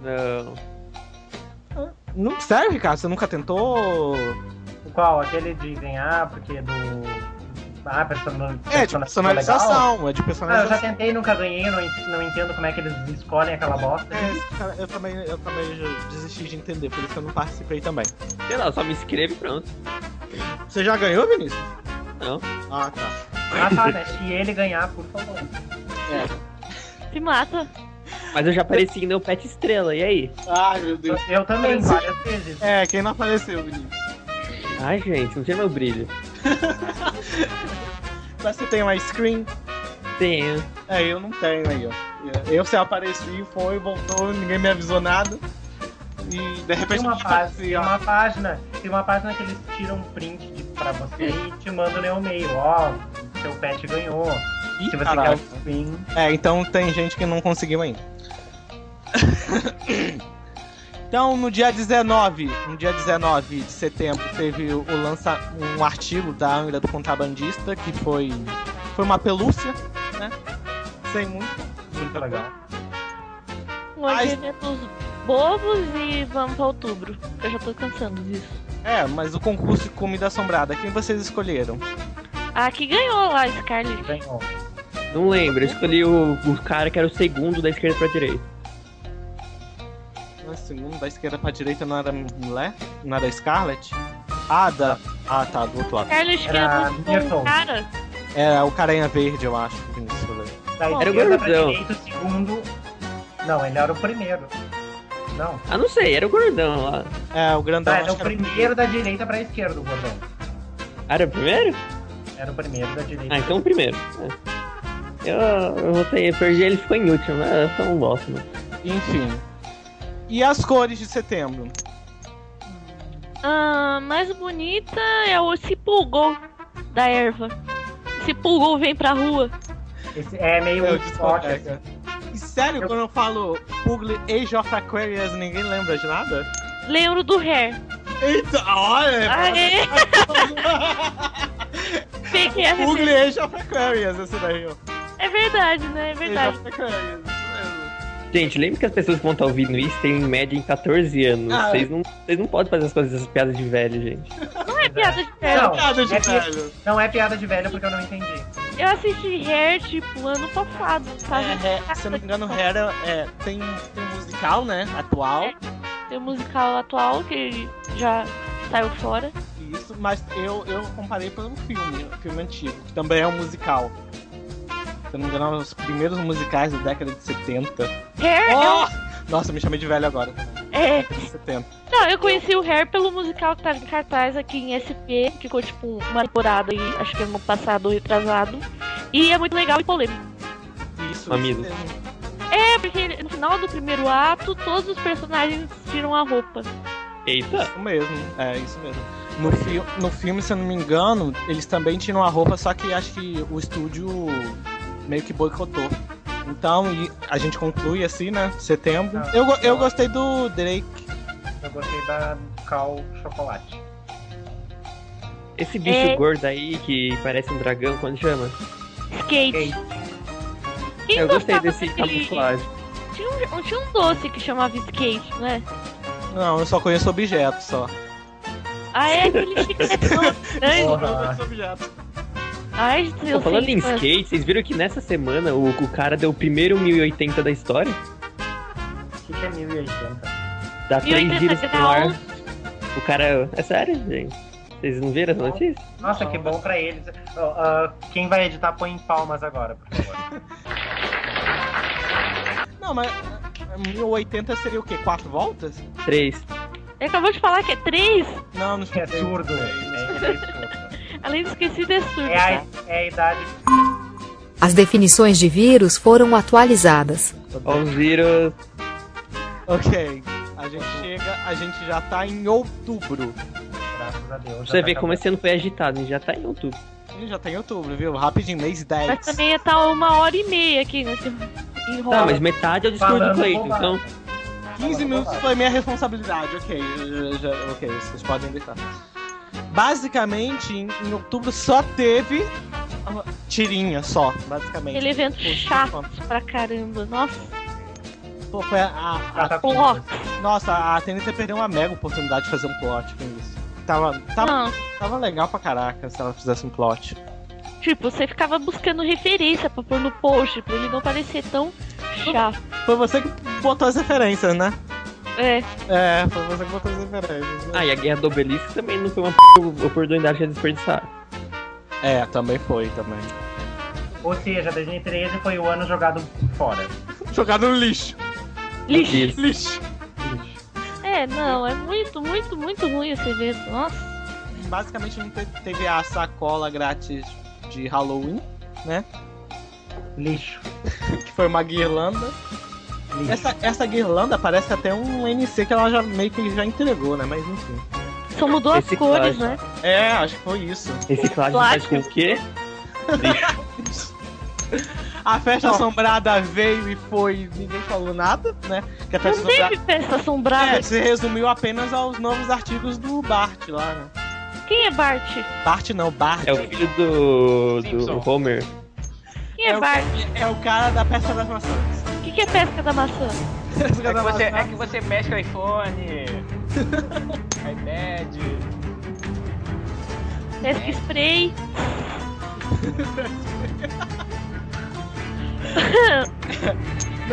Não. Não serve, cara. Você nunca tentou. Qual? Aquele de ganhar, porque do. Ah, personal... É, de personalização. É de Ah, eu já personalização. tentei, nunca ganhei, não, en- não entendo como é que eles escolhem aquela bosta. É, esse cara- eu também, eu também já desisti de entender, por isso que eu não participei também. Sei lá, só me inscreve e pronto. Você já ganhou, Vinícius? Não. Ah, tá. Ah, tá, né? Se ele ganhar, por favor. Se mata. Mas eu já apareci no Pet Estrela, e aí? Ai, meu Eu, eu também, várias vezes. É, quem não apareceu, Vinícius? Ai, gente, não tem meu brilho. Mas você tem uma screen? Tenho. É, eu não tenho aí, ó. Eu se apareci, foi, voltou, ninguém me avisou nada. E de Tem repente tá uma, eu página, apareci, tem ó. uma página, tem uma página que eles tiram um print de, pra você e te mandam no e-mail, ó, seu pet ganhou. Ih, Se você caralho. quer um win, É, então tem gente que não conseguiu ainda. então, no dia 19, no dia 19 de setembro, teve o lança um artigo da Angra do Contrabandista, que foi foi uma pelúcia, né? Sem muito. muito legal. Hoje Mas- é dia dos bobos e vamos pra outubro. Eu já tô cansando disso. É, mas o concurso de comida assombrada, quem vocês escolheram? Ah, que ganhou lá, Scarlett. Ganhou. Não lembro, eu escolhi o, o cara que era o segundo da esquerda pra direita. Na segunda, Ah, da esquerda pra direita não era mulher? Não era Scarlett? Ah, da... ah tá, do outro lado. Scarlett que Era é Newton. um cara. Era o caranha verde, eu acho, que Vinícius falou. Da Bom, esquerda era o Tá, pra gordão. direita, o segundo. Não, ele era o primeiro. Não. Ah, não sei, era o gordão lá. É, o grandão, Ah, acho era o que era- primeiro da direita pra esquerda, o gordão. Ah, Era o primeiro? Era o primeiro da direita. Ah, então o primeiro. É. Eu, eu votei, eu perdi, ele ficou em último, né? Eu só não gosto, né? Enfim. E as cores de setembro? Ah, mais bonita é o Cipulgol da erva. Cipulgol vem pra rua. Esse é meio É o Woodstock, discoteca. assim. E sério, Eu- quando eu falo Pugli Age of Aquarius, ninguém lembra de nada? Lembro do Hair. Ah, Eita, é olha! Aê! Peguei a referência. Pugli Age of Aquarius, esse daí, ó. É verdade, né? É Age verdade. of Aquarius, isso mesmo. Gente, lembra que as pessoas que vão estar ouvindo isso têm em média em 14 anos. Ah. Vocês não, vocês não podem fazer as coisas, essas piadas de velho, gente. Não é piada de velho. Não, Piada de é que- velho. Não é piada de velho porque eu não entendi. Eu assisti Hair, tipo, ano passado, tá? sabe? É, é, se eu não me engano, Hair é, tem, tem um musical, né? Atual. Tem o musical atual que já saiu fora. Isso, mas eu, eu comparei pelo filme, um filme antigo, que também é um musical. Se eu não me engano, é um dos primeiros musicais da década de 70. Hair Oh! Nossa, me chamei de velho agora. é, é. Década de 70. Não, eu conheci o Hair pelo musical que tava em cartaz aqui em SP, que ficou tipo uma temporada aí, acho que ano passado ou retrasado. E é muito legal e polêmico. Isso, Mamilos. isso mesmo. É, porque ele- no final do primeiro ato, todos os personagens tiram a roupa. Tá. Eita! Isso mesmo, é isso mesmo. No, fi no filme, se eu não me engano, eles também tiram a roupa, só que acho que o estúdio meio que boicotou. Então, e a gente conclui assim, né? Setembro. Não, Eu, go- eu não. gostei do Drake. Eu gostei da Cal Chocolate. Esse bicho É. gordo aí que parece um dragão, quando chama? Skate. Quem eu gostei gostava desse daquele- camuflagem. Tinha um, tinha um doce que chamava skate, né? Não, eu só conheço objetos só. Ah, é aquele chicletão grande. Porra. Ah. objetos. Ai, gente, Pô, eu falando sei em quanto. skate, vocês viram que nessa semana o, o cara deu o primeiro 1080 da história? O que que é 1080? Dá três 1080 giros no ar. graus. O cara. É sério, gente. Vocês não viram essa notícia? Nossa, que bom pra eles. Ó, ó, quem vai editar põe em palmas agora, por favor. Não, mas eh, 1080 seria o quê? Quatro voltas? Três. Ele acabou de falar que é três. Não, não É sei. surdo. É, é surdo. Além de esqueci de surdo. É a, tá? é a idade. As definições de vírus foram atualizadas. Ó, os vírus. Ok. A gente chega, a gente já tá em outubro. Graças a Deus. já Você tá vê como acabando. esse ano foi agitado, a gente já tá em outubro. Ih, Já tá em outubro, viu? Rapidinho, mês 10. Mas também tá uma hora e meia aqui nesse enrolo. Tá, mas metade é o discurso do Falando Cleiton, bobagem. então. 15 minutos foi minha responsabilidade, ok. eu já- já- ok, vocês podem deixar. Basicamente, em, em outubro só teve ah, tirinha só, basicamente. Aquele evento Tipo, chato pra caramba. Nossa, Pô, foi a, a- Já a- tá com plot. Nossa, a TNT perdeu uma mega oportunidade de fazer um plot com isso. Tava, tava, Não, tava legal pra caraca se ela fizesse um plot. tipo, você ficava buscando referência pra pôr no post, pra ele não parecer tão chato. Foi você que botou as referências, né? É, É, foi você que botou as referências. né? Ah, e a guerra do Obelisco também não foi uma p... oportunidade de desperdiçar. É, também foi, também. Ou seja, 2013 foi o ano jogado fora. Jogado no lixo. lixo. Lixo. É, não, é muito, muito, muito ruim esse evento. Nossa, Basicamente não te- teve a sacola grátis de Halloween, né? Lixo. que foi uma guirlanda. Lixo. Essa, essa guirlanda parece até um NC que ela já meio que já entregou, né? Mas enfim. só mudou as Esse cores, clássico. né? É, acho que foi isso. Reciclagem faz com o quê? A festa assombrada veio e foi, ninguém falou nada, né? Que a festa Não assombrada teve festa assombrada. é, se resumiu apenas aos novos artigos do Bart lá, né? Quem é Bart? Bart não, Bart. É o filho do. do Simpson. Homer. Quem é, É o- Bart? É o cara da festa das maçãs. O que, que é pesca da maçã? Pesca É que da você, maçã. é que você pesca iPhone, iPad. Pesca spray.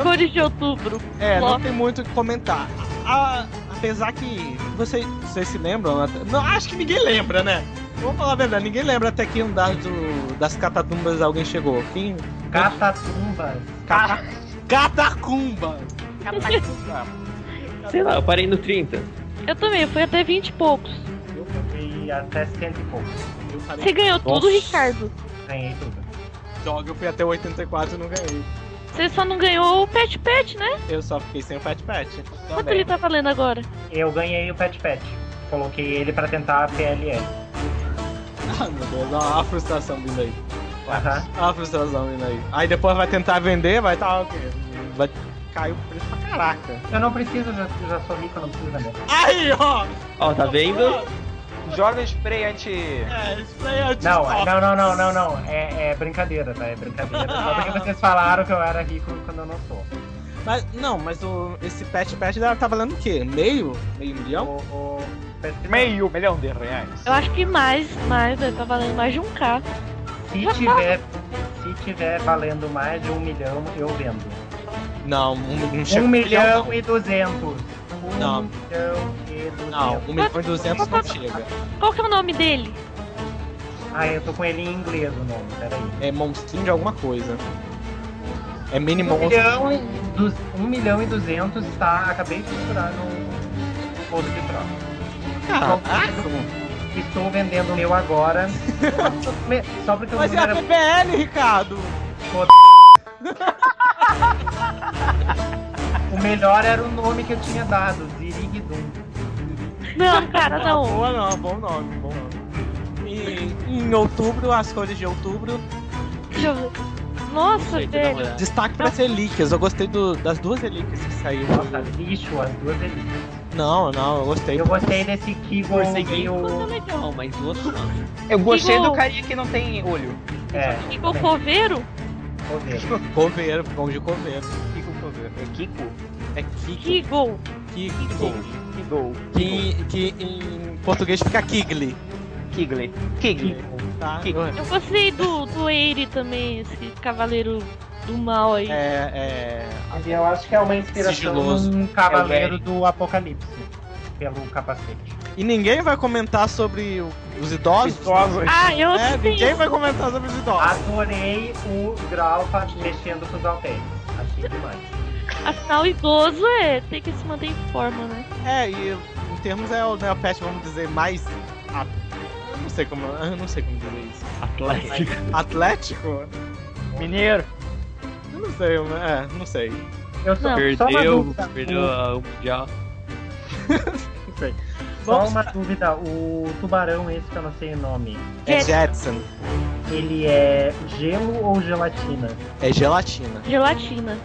Cores de outubro. É, não Flop. tem muito o que comentar. A- apesar que vocês, vocês se lembram, até- não, acho que ninguém lembra, né? Vamos falar a verdade, ninguém lembra até que andar do, das catatumbas alguém chegou. Quem? Catatumbas. Ah. Cata, catacumba! Catacumba. Sei lá, eu parei no 30. Eu também, eu fui até 20 e poucos. Eu fui até 100 e pouco. Eu falei, Você ganhou tudo, Nossa. Ricardo. Ganhei tudo. joga, eu fui até 84 e não ganhei. Você só não ganhou o Pet Pet, né? Eu só fiquei sem o Fat Pet. Quanto ele tá valendo agora? Eu ganhei o Pet Pet. Coloquei ele pra tentar a PLL. Ah, meu Deus, ó, a frustração vindo aí. Aham. Ó a frustração vindo aí. Aí depois vai tentar vender, vai tá o quê? Vai cair o preço pra caraca. Eu não preciso, já, já sou rico, eu não preciso vender. Aí, ó! Ó, tá vendo? Joga spray anti. É, isso aí é o Não, desfoque. não, não, não, não, não. É, é brincadeira, tá? É brincadeira. Só porque vocês falaram que eu era rico quando eu não sou. Mas, não, mas o, esse pet pet dela tá valendo o quê? Meio? Meio milhão? Vou- vou pesquisar. Meio milhão de reais. Eu acho que mais, mais, né? tá valendo mais de um K. Se tiver, se tiver valendo mais de um milhão, eu vendo. Não, um, não chega. Um milhão não. e duzentos. Um Não. milhão e duzentos. Não, um milhão e duzentos não chega. Qual que é o nome dele? Ah, eu tô com ele em inglês o nome, peraí. É monstrinho de alguma coisa. É mini Um monstro. milhão, e du... um milhão e duzentos tá. Acabei de procurar no bolo de troca. Caraca! Estou vendendo o meu agora. Só porque o Mas é número a PPL, Ricardo! O melhor era o nome que eu tinha dado, Zirigdum. Não, cara, Ah, não. Boa não, bom nome, bom nome. E em outubro, as cores de outubro, Deixa eu ver. Deixa Nossa, eu dar uma velho. olhada. destaque para as relíquias. Eu gostei do- das duas relíquias que saiu. Nossa, lixo, as duas delícias. Não, não, eu gostei. Eu gostei desse Kigo e é Tá o. legal, mas o outro não. Eu gostei Digo- do carinha que não tem olho. É, Ficou coveiro? vou ver. Coveiro, bom de coveiro. Kiko, por favor. É Kiko? É Kiko. Eagle. Kiko. Kigo. Que, que em português fica Kigli, Kigle. Kigle. Kigo. tá? Kigli. Eu gostei do, do Eire também, esse cavaleiro do mal aí. É, é. Eu acho que é uma inspiração Sigiloso. num É o cavaleiro velho. do apocalipse. Pelo capacete. E ninguém vai comentar sobre o- os idosos. Vistosa. Ah, eu É, tenho. ninguém vai comentar sobre os idosos. Adorei o Gralfa mexendo com os halteres. Achei demais. Afinal, idoso é tem que se manter em forma, né? Ah. É, e em termos é o Neopet, vamos dizer, mais. a- Eu não sei como. Eu não sei como dizer isso. Atlético. Atlético? Mineiro. Eu não sei, eu- é, não sei. Eu sou Não. só uma Perdeu, dúvida. perdeu o- ah, o Mundial. Não sei. Só Vamos- uma dúvida. O tubarão esse que eu não sei o nome, É É Jetson. ele é gelo ou gelatina? É gelatina. Gelatina.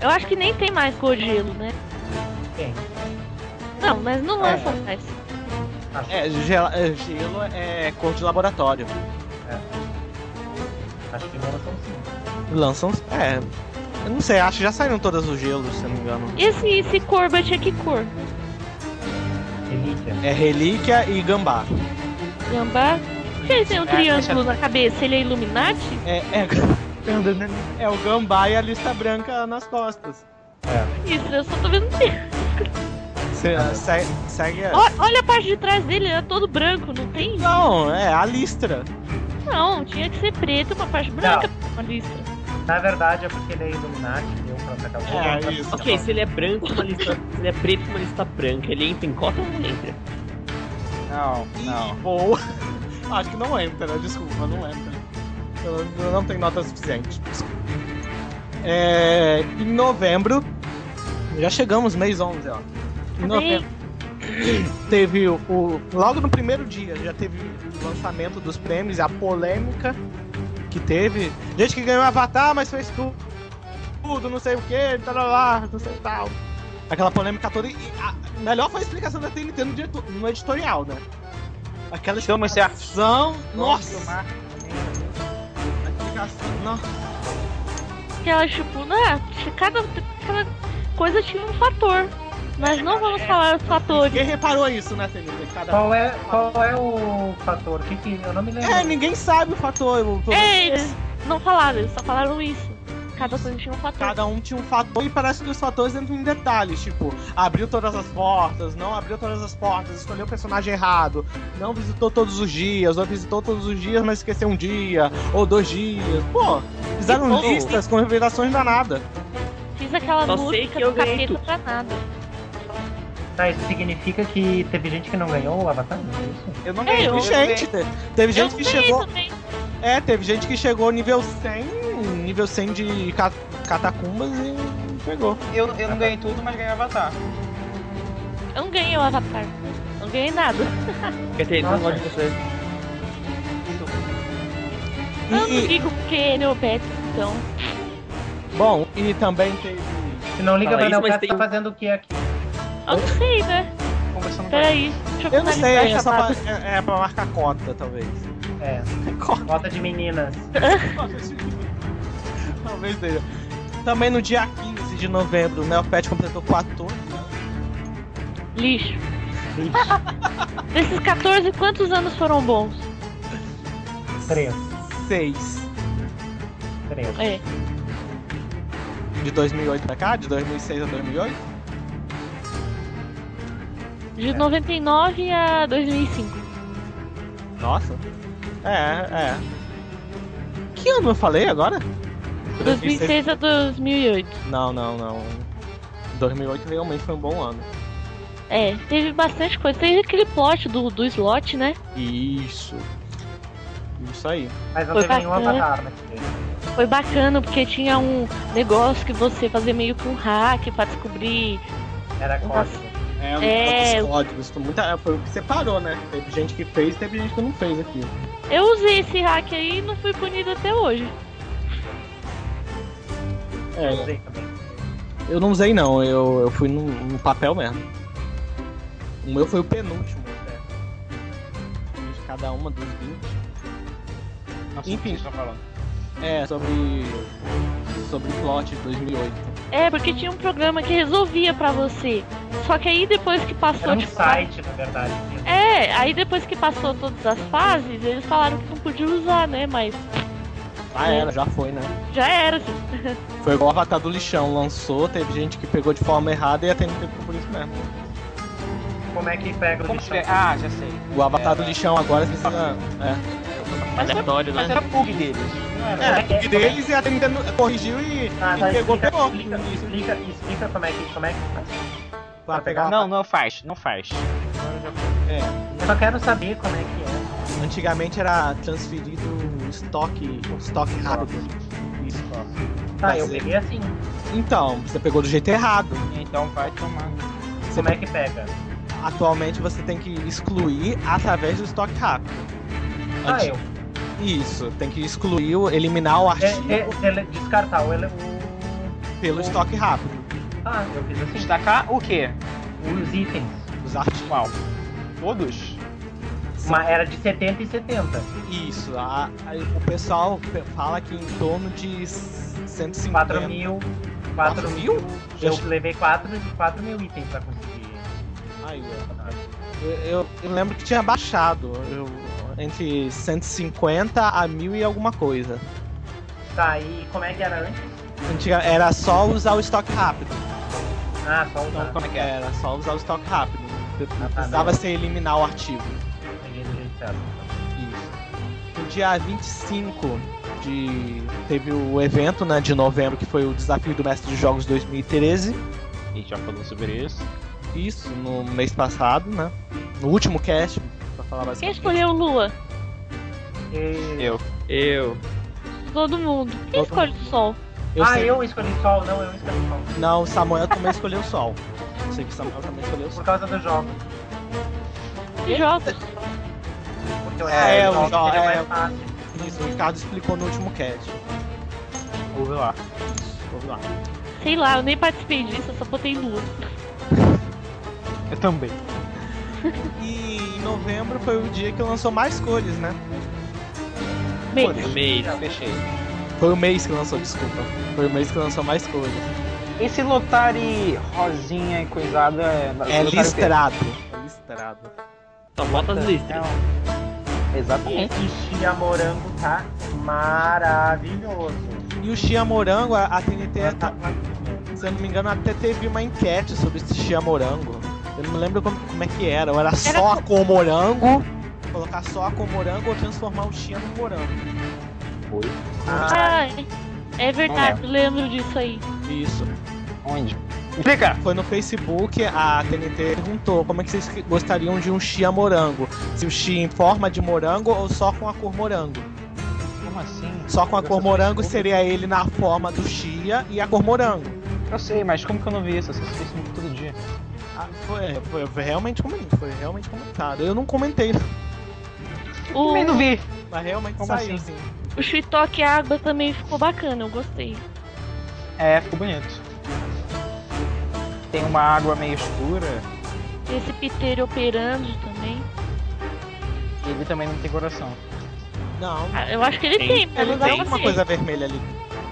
Eu acho que nem tem mais cor de gelo, né? Tem. Não, mas não lançam mais. Acho, É, gel- é, gelo é cor de laboratório. acho que não são sim. Lançam. É. Eu não sei, acho que já saíram todas os gelos, se eu não me engano. E esse, esse Corbat é que cor? Relíquia. É relíquia e gambá. Gambá? Por que ele tem um triângulo na cabeça? Ele é Illuminati? É, é, é o gambá e a lista branca nas costas. Isso, eu só tô vendo. É. o triângulo. Cê, segue, segue. a- Ó- Olha a parte de trás dele, ele é todo branco, não tem? Não, é a listra. Não, tinha que ser preto, uma parte branca, uma listra. Na verdade é porque ele é Illuminati, deu pra atacar o É, Gelo. isso. Ok, se ele é branco, uma lista. Se ele é preto, uma lista branca. Ele entra em cota ou não entra? Não, não. tá. Boa. Acho que não entra, né? desculpa, não entra. Eu, eu não tenho nota suficiente. desculpa. É, em novembro, já chegamos, mês 11, ó. Em Bem, novembro, teve o, o- Logo no primeiro dia já teve o lançamento dos prêmios, a polêmica que teve. Gente que ganhou Avatar, mas fez tu- tudo, não sei o que, tal, lá, tá, não sei tal. Aquela polêmica toda. E a melhor foi a explicação da TNT no, dieto- no editorial, né? Aquela Estamos certos. explicação. Vamos Nossa! tomar. a explicação, nossa. que ela, tipo, né? tinha Cada, cada coisa tinha um fator. Mas não vamos falar os fatores. Ninguém reparou isso, né, TNT? Cada... Qual é, qual é o fator? Que que, eu não me lembro. É, ninguém sabe o fator. o- É, eles não falaram, eles só falaram isso. Cada coisa tinha um fator. Cada um tinha um fator e parece que os fatores entram em detalhes, tipo, abriu todas as portas, não abriu todas as portas, escolheu o personagem errado, não visitou todos os dias, ou visitou todos os dias, mas esqueceu um dia, ou dois dias. Pô, fizeram bom. Então, listas com revelações danada. Fiz aquela Só sei música que eu do ganhei capeta tudo. pra nada. Tá, isso significa que teve gente que não ganhou o Avatar? Não é isso? Eu não É, ganhei. eu- Teve gente, te- teve gente eu que ganhei chegou. também. então. É, teve gente que chegou nível 100, nível 100 de ca- catacumbas e pegou. Eu, eu não ganhei tudo, mas tá. ganhei Avatar. Eu não ganhei o Avatar. Não ganhei nada. Quer dizer, não Nossa. gosto de você. Eu não E, digo porque ele é o Beto, então. bom, e também teve. Se não liga Fala pra isso, Nelpet, mas tem- tá fazendo o que aqui? Eu não sei, né? Conversando com Peraí, deixa eu Eu não sei, finalizar é a só chamada. pra, é, é pra marcar cota, talvez. É, Cota. nota de meninas. Talvez seja. Também no dia 15 de novembro, o Neopet completou 14. Lixo. Vixe, Desses 14, quantos anos foram bons? três, 6 três. É. de 2008 pra cá, de 2006 a 2008. É. De 99 a 2005. Nossa. É, é. Que ano eu falei agora? 2006 a 2008. Não, não, não. 2008 realmente foi um bom ano. É, teve bastante coisa. Teve aquele plot do, do slot, né? Isso. Isso aí. Mas não Foi teve nenhum bacana. Avatar, né? Foi bacana porque tinha um negócio que você fazia meio que um hack pra descobrir. Era código. É, É. os códigos. Foi, muita, foi o que separou, né? Teve gente que fez e teve gente que não fez aqui. Eu usei esse hack aí e não fui punido até hoje. Eu É, usei também. eu não usei não, eu, eu fui no, no papel mesmo. O meu foi o penúltimo até. De cada uma dos 20. ele. Não sei Enfim. o que vocês estão falando. É, sobre. Sobre plot de 2008. É, porque tinha um programa que resolvia pra você. Só que aí depois que Era passou, um tipo. site, na verdade. É, aí depois que passou todas as fases, eles falaram que não podia usar, né? Mas Ah, era, já foi, né? já era, assim. Foi igual o Avatar do Lixão, lançou, teve gente que pegou de forma errada e a TNT ficou por isso mesmo. Como é que pega o Como lixão? escreve? Ah, já sei. O avatar É. do lixão agora precisa. É. Aleatório, Mas né? era bug deles. Não era. É, bug deles e a Nintendo corrigiu e, Ah, e tá, pegou, explica, pegou. explica, explica, explica como é que, como é que faz. Pra pegar. Não, não faz, não faz. É, Eu só quero saber como é que antigamente era transferido o estoque, o estoque rápido. Isso. é. Tá, eu Fazer. peguei assim. Então, você pegou do jeito errado. Então vai tomar. Você Como é que pega? Atualmente você tem que excluir através do estoque rápido. Ah, eu. Isso, tem que excluir, o- eliminar o artigo É, é, dele- descartar o, ele- o. pelo estoque rápido. Ah, eu fiz assim. Destacar o quê? Os itens. Os artigos. Qual? Todos? Uma era de 70 e 70. Isso, a- a- o pessoal pe- fala que em torno de s- 150. 4 mil. 4 4 mil. mil? Eu Eu- levei 4, quatro mil itens pra conseguir. Aí, ó. eu, eu- eu lembro que tinha baixado eu- entre 150 a 1000 e alguma coisa. Tá, e como é que era antes? Antiga- Era só usar o estoque rápido. Ah, só Então, usar. como é que era? Era só usar o estoque rápido. Não tá, Precisava não. ser eliminar o artigo. Peguei do jeito certo. Isso. No dia 25 de. teve o evento né, de novembro, que foi o Desafio do Mestre de Jogos 2013. A gente já falou sobre isso. Isso, no mês passado, né? No último cast, pra falar mais Quem escolheu Lua? E- Eu. Eu. Todo mundo. Quem Todo escolhe o Sol? Eu ah, sei- eu escolhi sol, não, eu escolhi sol. Não, o Samuel também escolheu o sol. Eu sei que o Samuel também escolheu o sol. Por causa do jogo. Que jogos? Porque eu É, era o sol, jogo, seria é. mais fácil. Isso, o Ricardo explicou no último cast. Ouve lá. Vamos lá. Sei lá, eu nem participei disso, eu só botei Lua. Eu também. E em novembro foi o dia que lançou mais cores, né? Bem, Amei. Fechei. Foi o mês que lançou, desculpa. Foi o mês que lançou mais cores. Esse Lotari rosinha e coisada é. É Lotari o quê? listrado. É listrado. Só bota as É listras. um- Exatamente. E chia morango tá maravilhoso. E o Chia Morango, a, a TNT, tá- se eu não me engano, até teve uma enquete sobre esse Chia Morango. Eu não me lembro como, como é que era. Ou era só com morango, colocar só com morango ou transformar o Chia no morango. Ah, ah, é verdade, lembro disso aí. Isso. Onde? Explica! Foi no Facebook, a TNT perguntou como é que vocês gostariam de um Chia Morango. Se o Chia em forma de morango ou só com a cor morango. Como assim? Só com a cor Você morango sabe? seria ele na forma do Chia e a cor morango. Eu sei, mas como que eu não vi isso? Eu assisto Facebook todo dia. Ah, foi, foi, foi realmente comentado, foi realmente comentado. Eu não comentei, O, Também não vi. mas realmente Como saiu. assim? sim. o Chuitoque Água também ficou bacana, eu gostei. É, ficou bonito. Tem uma água meio escura. Esse piteiro operando também. E ele também não tem coração. Não. Ah, eu acho que ele Tem. tem, mas Ele não dá tem pra uma ver. coisa vermelha ali.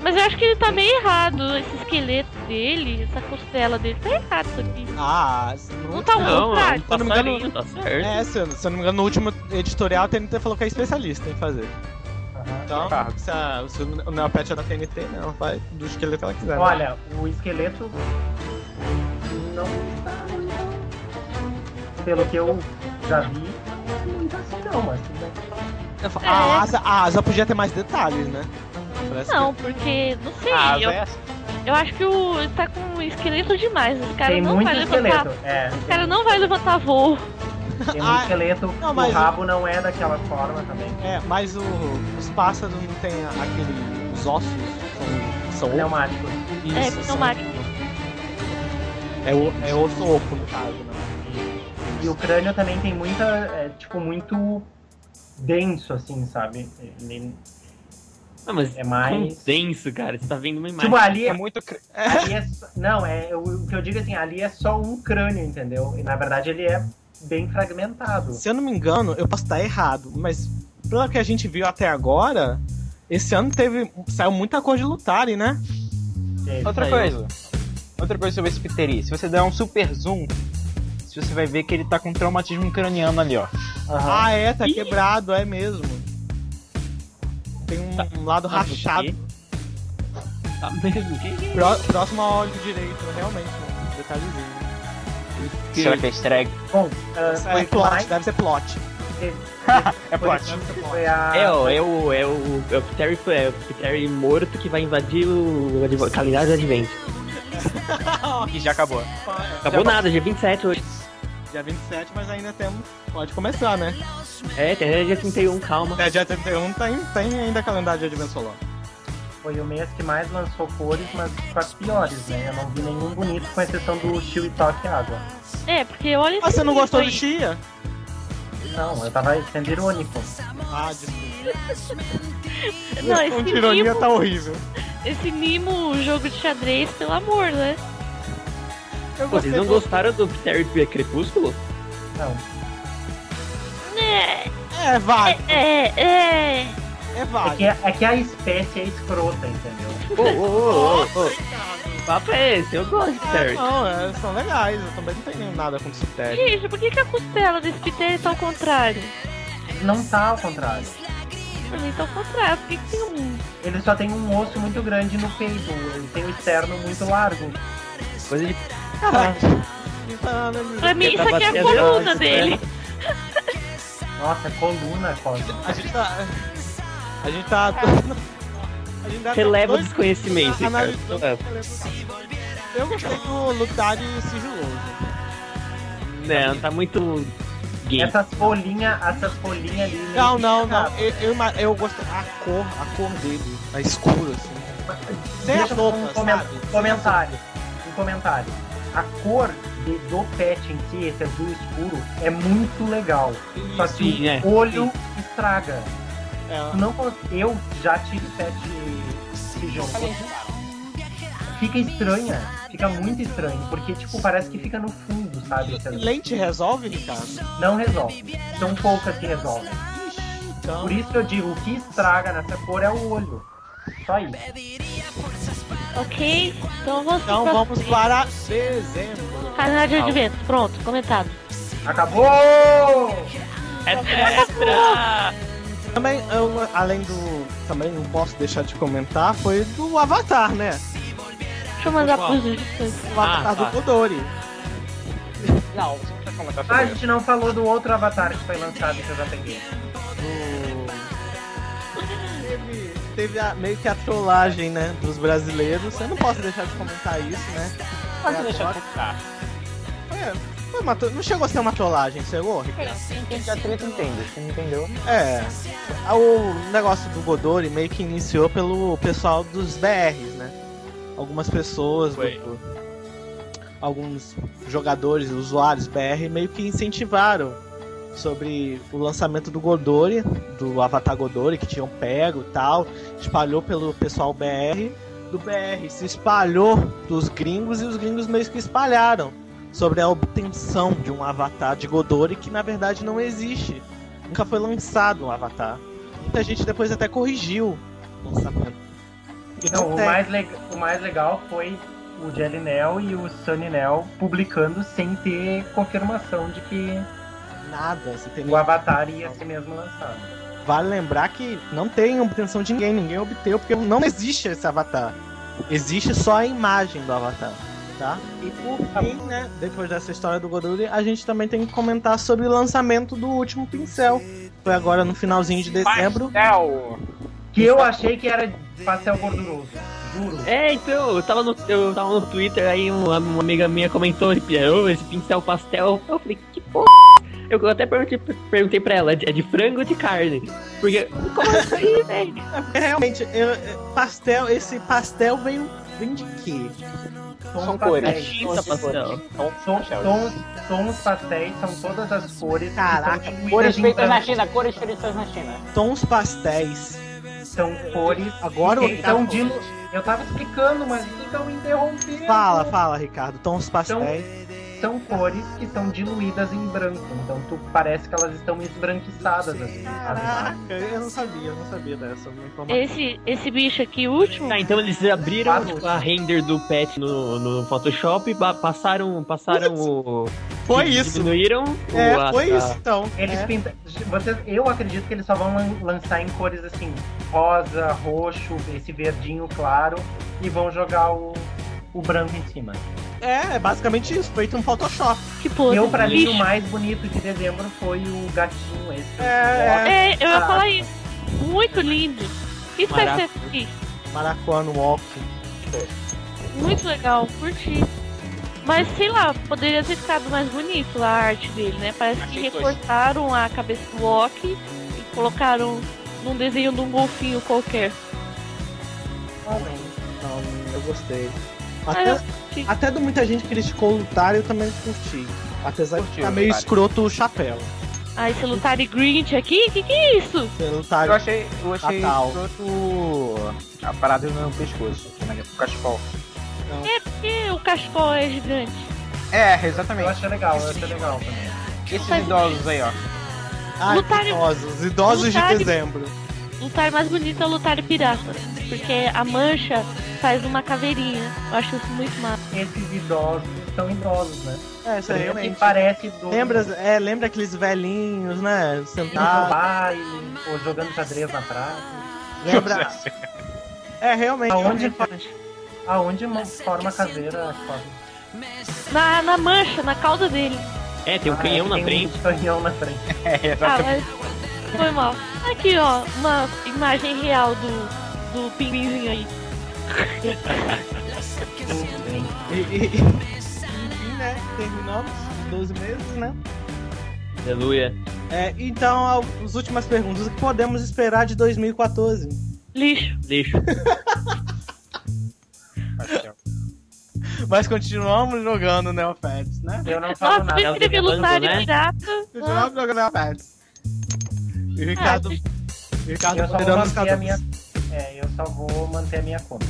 Mas eu acho que ele tá meio errado. Esse esqueleto dele, essa costela dele, tá errado isso aqui. Ah, Não tá último- bom, Não, é cara. um Se eu não me engano- passarinho, tá certo. É, se eu, se eu não me engano, no último editorial a TNT falou que é especialista em fazer. Então, Claro. se, a, se o Neopet é da TNT, né, ela faz do esqueleto que ela quiser. né? Olha, o esqueleto não está ruim, não. Pelo que eu já vi, não é muito assim não, mas tudo bem. "Ah, A, asa, a asa podia ter mais detalhes, né? Parece que- Não, porque, não sei, Ah, eu, né? é essa? eu acho que o, ele tá com um esqueleto demais. Esse cara tem não muito vai levantar. esqueleto. É, O cara não vai levantar voo. tem muito Ah, esqueleto, não, mas- o rabo não é daquela forma também. É, mas o- os pássaros não tem a- aquele. Os ossos são. É são Pneumático. isso, É, são- pneumático. É, o- é osso oco, no caso, né? E o crânio também tem muita, é, tipo, muito denso, assim, sabe? Ele Não, Ah, mas é mais... mais... denso, cara. Você tá vendo uma imagem. Tipo, ali, É muito. cre- ali é só- Não, é, eu- o que eu digo assim, ali é só um crânio, entendeu? E, na verdade ele é bem fragmentado. Se eu não me engano, eu posso estar errado, mas pelo que a gente viu até agora, esse ano teve. saiu muita coisa de Lutari, né? Ele- Outra Aí. coisa. Outra coisa sobre esse Piteri. Se você der um super zoom, você vai ver que ele tá com traumatismo craniano ali, ó. Aham. Ah, é, tá quebrado, é mesmo. Tem um, um lado Nossa, rachado. Tá mesmo? Que que é? Pró- próximo ao olho direito, realmente, um detalhezinho. Será que é easter egg? Bom, É, plot, deve ser plot. É plot. Foi a... É, ó, é o, é o, é o Pteri, é o Pteri morto que vai invadir o advo- calendário de advento. E já acabou. Acabou nada, dia 27 hoje. Dia 27, mas ainda temos. Pode começar, né? É, tem até dia 31, calma. É, dia 31 tem, tem ainda calendário de Advent Solar. Foi o mês que mais lançou cores, mas com as piores, né? Eu não vi nenhum bonito, com exceção do Chill e Toque Água. É, porque olha Ah, esse você não livro gostou aí. de Chia? Não, eu tava sendo irônico. Ah, desculpa. Não, Com esse tipo ironia Nimo, tá horrível. esse Nimo, jogo de xadrez, pelo amor, né? Eu Pô, vocês gostei não do... gostaram do Pteri é Crepúsculo? Não. É, É, vai, é, é. é É vai. que, é que a espécie é escrota, entendeu? Ô, ô, ô, ô, ô. O papo é esse, eu gosto de É, Pteri. não, é, são legais. Eu também não tenho nada contra o Cipério. É. Gente, por que, que a costela desse Peter tá ao contrário? Não tá ao contrário. Pra mim tá ao contrário, por que, que tem um. Ele só tem um osso muito grande no peito, ele tem o externo muito largo. Coisa de Caraca. ele tá analisando. Pra mim, isso pra aqui é bater a as coluna asas, né? dele. Nossa, é coluna, Cosmo. A gente tá. A gente tá. A gente tá releva o dois- desconhecimento, cara. analisando- Eu gostei do lutar e sigiloso. Não, tá muito gay. Essas folhinhas, essas folhinhas ali. Não, não, não. Eu, eu, ima- eu gostei. A cor, a cor dele. Tá escuro, assim. Sem a Deixa roupa, um comen- sabe? comentário. Um comentário. A cor de- do pet em si, esse azul escuro, é muito legal. Só que Sim, Ah. é. o olho estraga. É. Tu Não, cons- eu já tive pet de jogo. Fica estranha. Fica muito estranho. Porque, tipo, parece que fica no fundo, sabe? esse azul. Lente resolve, Ricardo? Não resolve. São poucas que resolvem. Então, Por isso que eu digo, o que estraga nessa cor é o olho. Só isso. Ok, então vamos então pro vamos para dezembro. Calendário de adventos, pronto, comentado. Acabou! É Também, eu, além do. Também não posso deixar de comentar, foi do Avatar, né? Deixa eu mandar pros editores. O Avatar do Kodori. Não, você não é quer comentar Ah, a sobre isso. gente não falou do outro avatar que foi lançado que eu já peguei. Teve, teve a- meio que a trollagem, né? Dos brasileiros. Eu não posso deixar de comentar isso, né? Pode deixar de comentar. É, foi uma tro- não chegou a ser uma trollagem, chegou, Ricardo? Quem já treta entende. Quem não entendeu. É. O negócio do Godori meio que iniciou pelo pessoal dos BRs, né? Algumas pessoas, Foi. do- alguns jogadores, usuários BR meio que incentivaram sobre o lançamento do Godori, do Avatar Godori, que tinham pego e tal, espalhou pelo pessoal BR, do BR se espalhou dos gringos e os gringos meio que espalharam sobre a obtenção de um avatar de Godori que na verdade não existe. Nunca foi lançado um avatar. Muita gente depois até corrigiu o lançamento. E Não, Então, o, tem. mais leg- o mais legal foi o Jelly Nell e o Sunny Nell publicando sem ter confirmação de que nada. Você tem o avatar ia ser mesmo lançado. Vale lembrar que não tem obtenção de ninguém, ninguém obteu, porque não existe esse avatar. Existe só a imagem do avatar, tá? E por fim, né, depois dessa história do Goduri, a gente também tem que comentar sobre o lançamento do último pincel. Foi agora no finalzinho de dezembro. Pastel! Que eu achei que era pastel gorduroso. Juro. É, então, eu tava no, eu tava no Twitter, aí uma, uma amiga minha comentou, tipo, "Ô, esse pincel pastel. Eu falei, que porra? Eu até perguntei, perguntei pra ela, é de é de frango ou de carne? Porque, como é isso aí, velho? É, realmente, eu- eu- pastel, esse pastel veio, vem de quê? É, São pastéis. cores. Tinta pastel. São um Tom- pastel. Tons, tons pastéis são todas as cores. que Caraca, são tipo diluídas Cores em feitas na branco. China, cores feitas na China. Tons pastéis. São cores. Agora o que Ricardo. são Então, dilu... Eu tava explicando, mas ficam interrompendo. Fala, fala, Ricardo. Tons pastéis. São cores que são diluídas em branco. Então tu parece que elas estão esbranquiçadas assim. as Caraca, eu não sabia, eu não sabia dessa uma informação. Esse, esse bicho aqui, o último, Ah, então eles abriram tipo, a render do pet no, no Photoshop, ba- passaram, passaram o. Foi di- isso. Diminuíram o. É, a- foi a- isso então. Eles É. pintam. Vocês, eu acredito que eles só vão lan- lançar em cores assim, rosa, roxo, esse verdinho claro, e vão jogar o, o branco em cima. É, é basicamente isso, feito um Photoshop. Tipo, E eu, pra mim, lixo. o mais bonito de dezembro foi o gatinho esse. É, é. É, Ah. eu ia Caraca. falar isso. Muito lindo. é Isso vai ser Maravilha. feliz. Maracuano um Walk. Muito legal, curti. Mas sei lá, poderia ter ficado mais bonito a arte dele, né? Parece Achei que coisa. recortaram a cabeça do Loki e colocaram num desenho de um golfinho qualquer. Não, eu gostei. Mas Até, eu curti. até do muita gente criticou o Lutar, eu também curti. Apesar de Curtiu, ficar meio Lutar. escroto o chapéu. Ah, esse Lutari Grinch aqui? Que que é isso? Você Eu Lutar, achei, eu achei Tá, Natal. escroto a parada no pescoço, né? O cachecol. É porque o cachecol é gigante. É, Eu exatamente. achei legal, eu achei legal também. Esses idosos aí, ó. ai, Lutar- Ah, idosos, idosos Lutar- de dezembro. Lutari mais bonito é o Lutari Pirata. Porque a mancha faz uma caveirinha. Eu acho isso muito massa. Esses idosos são idosos, É, né? isso aí, Parece- realmente. parece do Lembra, é, lembra aqueles velhinhos, né? no Sentados. baile, ou jogando xadrez na praia. Lembra. É, realmente. Aonde, realmente. fa- aonde uma forma caseira forma- Na, na mancha, na cauda dele. É, tem um Ah, canhão na tem frente. Um canhão na frente. É, Ah, exatamente. mas foi mal. Aqui, ó, uma imagem real do, do pinguinzinho aí. E, e- e- enfim, né? Terminamos 12 meses, né? Aleluia. É, então, as últimas perguntas. O que podemos esperar de 2014? Lixo. Lixo. Mas continuamos jogando Neopets, né? Eu não falo Nossa, nada. eu escrevi lutar né? e pirata. Continuamos jogando Neopets. E o Ricardo. e o Ricardo Eu só vou moderando os manter a caducos. minha. É, eu só vou manter a minha conta.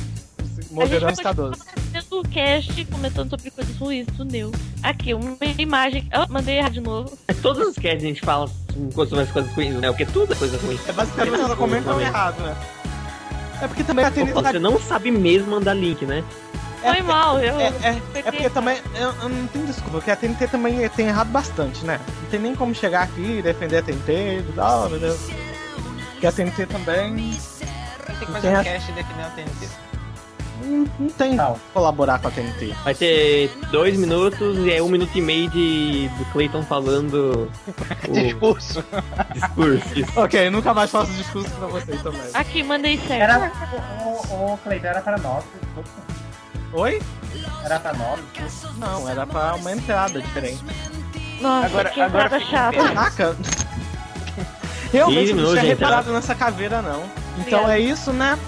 Moderando os vai caducos. Fazendo o cast, comentando sobre coisas ruins do Neu. Aqui, uma imagem. Ó, mandei errar de novo. Todos os casts a gente fala sobre as coisas ruins, né? Porque tudo é coisa ruim. É basicamente ela comentam errado, né? É porque também a Opa, tendência você não sabe mesmo mandar link, né? Foi mal, eu. É, é, é porque também. Eu, eu não tenho desculpa, porque a TNT também tem errado bastante, né? Não tem nem como chegar aqui e defender a TNT e tal, oh, meu Deus. Porque a TNT também. Tem que Tem fazer a- um cast definindo a TNT. Não, não tem Não. como colaborar com a TNT. Vai ter dois minutos e é um minuto e meio de do Clayton falando o Discurso. discurso. Isso. Ok, nunca mais faço discurso pra vocês também. Aqui, mandei certo. Era. O, o Cleiton era pra nós. desculpa. Oi? Era pra nós. desculpa. Não, era pra uma entrada diferente. Nossa, Agora- que agora entrada fica chata. Caraca! Realmente Ih, eu não nojo, tinha hein, reparado nessa caveira, não. Então é isso, né?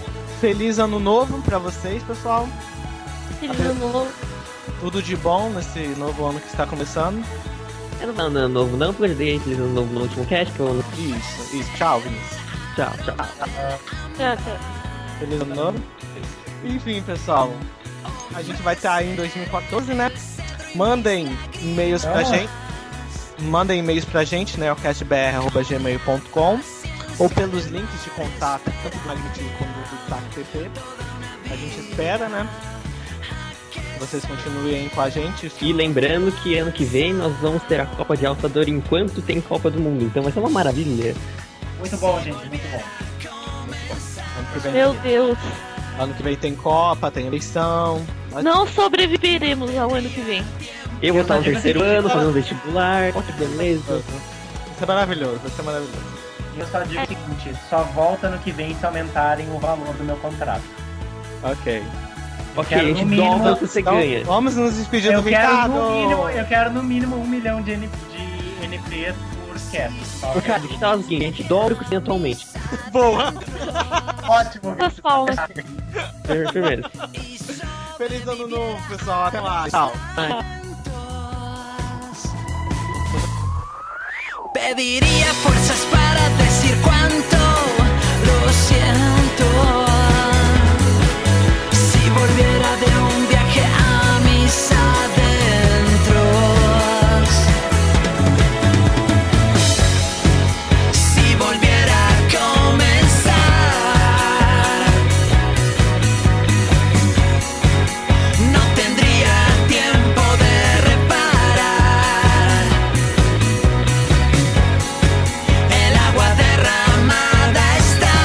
Feliz ano novo pra vocês, pessoal. Feliz ano novo. Tudo de bom nesse novo ano que está começando. Eu não vou dar ano novo, não, porque eu dei a gente no novo no último cast, que eu. Isso, isso. Tchau, Vinícius. Tchau, tchau. Chata. Feliz ano novo. Enfim, pessoal. A gente vai estar aí em 2014, né? Mandem e-mails pra Ah. gente. Mandem e-mails pra gente, né? O castbr.gmail.com ou pelos links de contato, tanto do Magnitude como do TACTP. A gente espera, né? Vocês continuem com a gente. E lembrando que ano que vem nós vamos ter a Copa de Altador enquanto tem Copa do Mundo. Então vai ser uma maravilha. Muito bom, gente. Muito bom. Ano que vem, Meu Deus. ano que vem tem Copa, tem eleição. Mas- Não sobreviveremos ao ano que vem. Eu vou estar no terceiro ano, fazendo vestibular, que beleza. Isso é maravilhoso, isso é maravilhoso. E eu só digo o seguinte, só volta no que vem se aumentarem o valor do meu contrato. Ok. Ok, quero a no gente mínimo- um dobra o que você Então, ganha. Vamos nos despedir Eu do quero, um Ricardo. no mínimo, eu quero no mínimo um milhão de, N de NPs por cast. Tá, ok? Cara, que tal o seguinte, a gente dobra o que tem atualmente. Boa! Ótimo, Duas palmas. Primeiro. Feliz ano novo, pessoal. Até mais. Tchau. Pediría fuerzas para decir cuánto lo siento. Si volviera de un viaje a mis adentros. Si volviera a comenzar. No tendría tiempo de reparar. El agua derramada está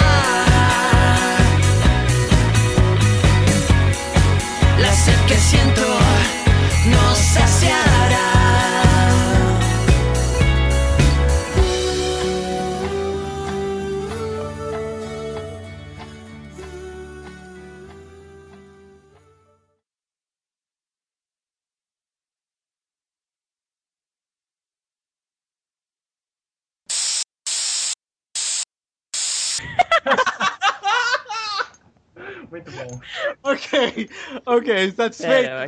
Muito bom. Ok, ok, satisfeito. É,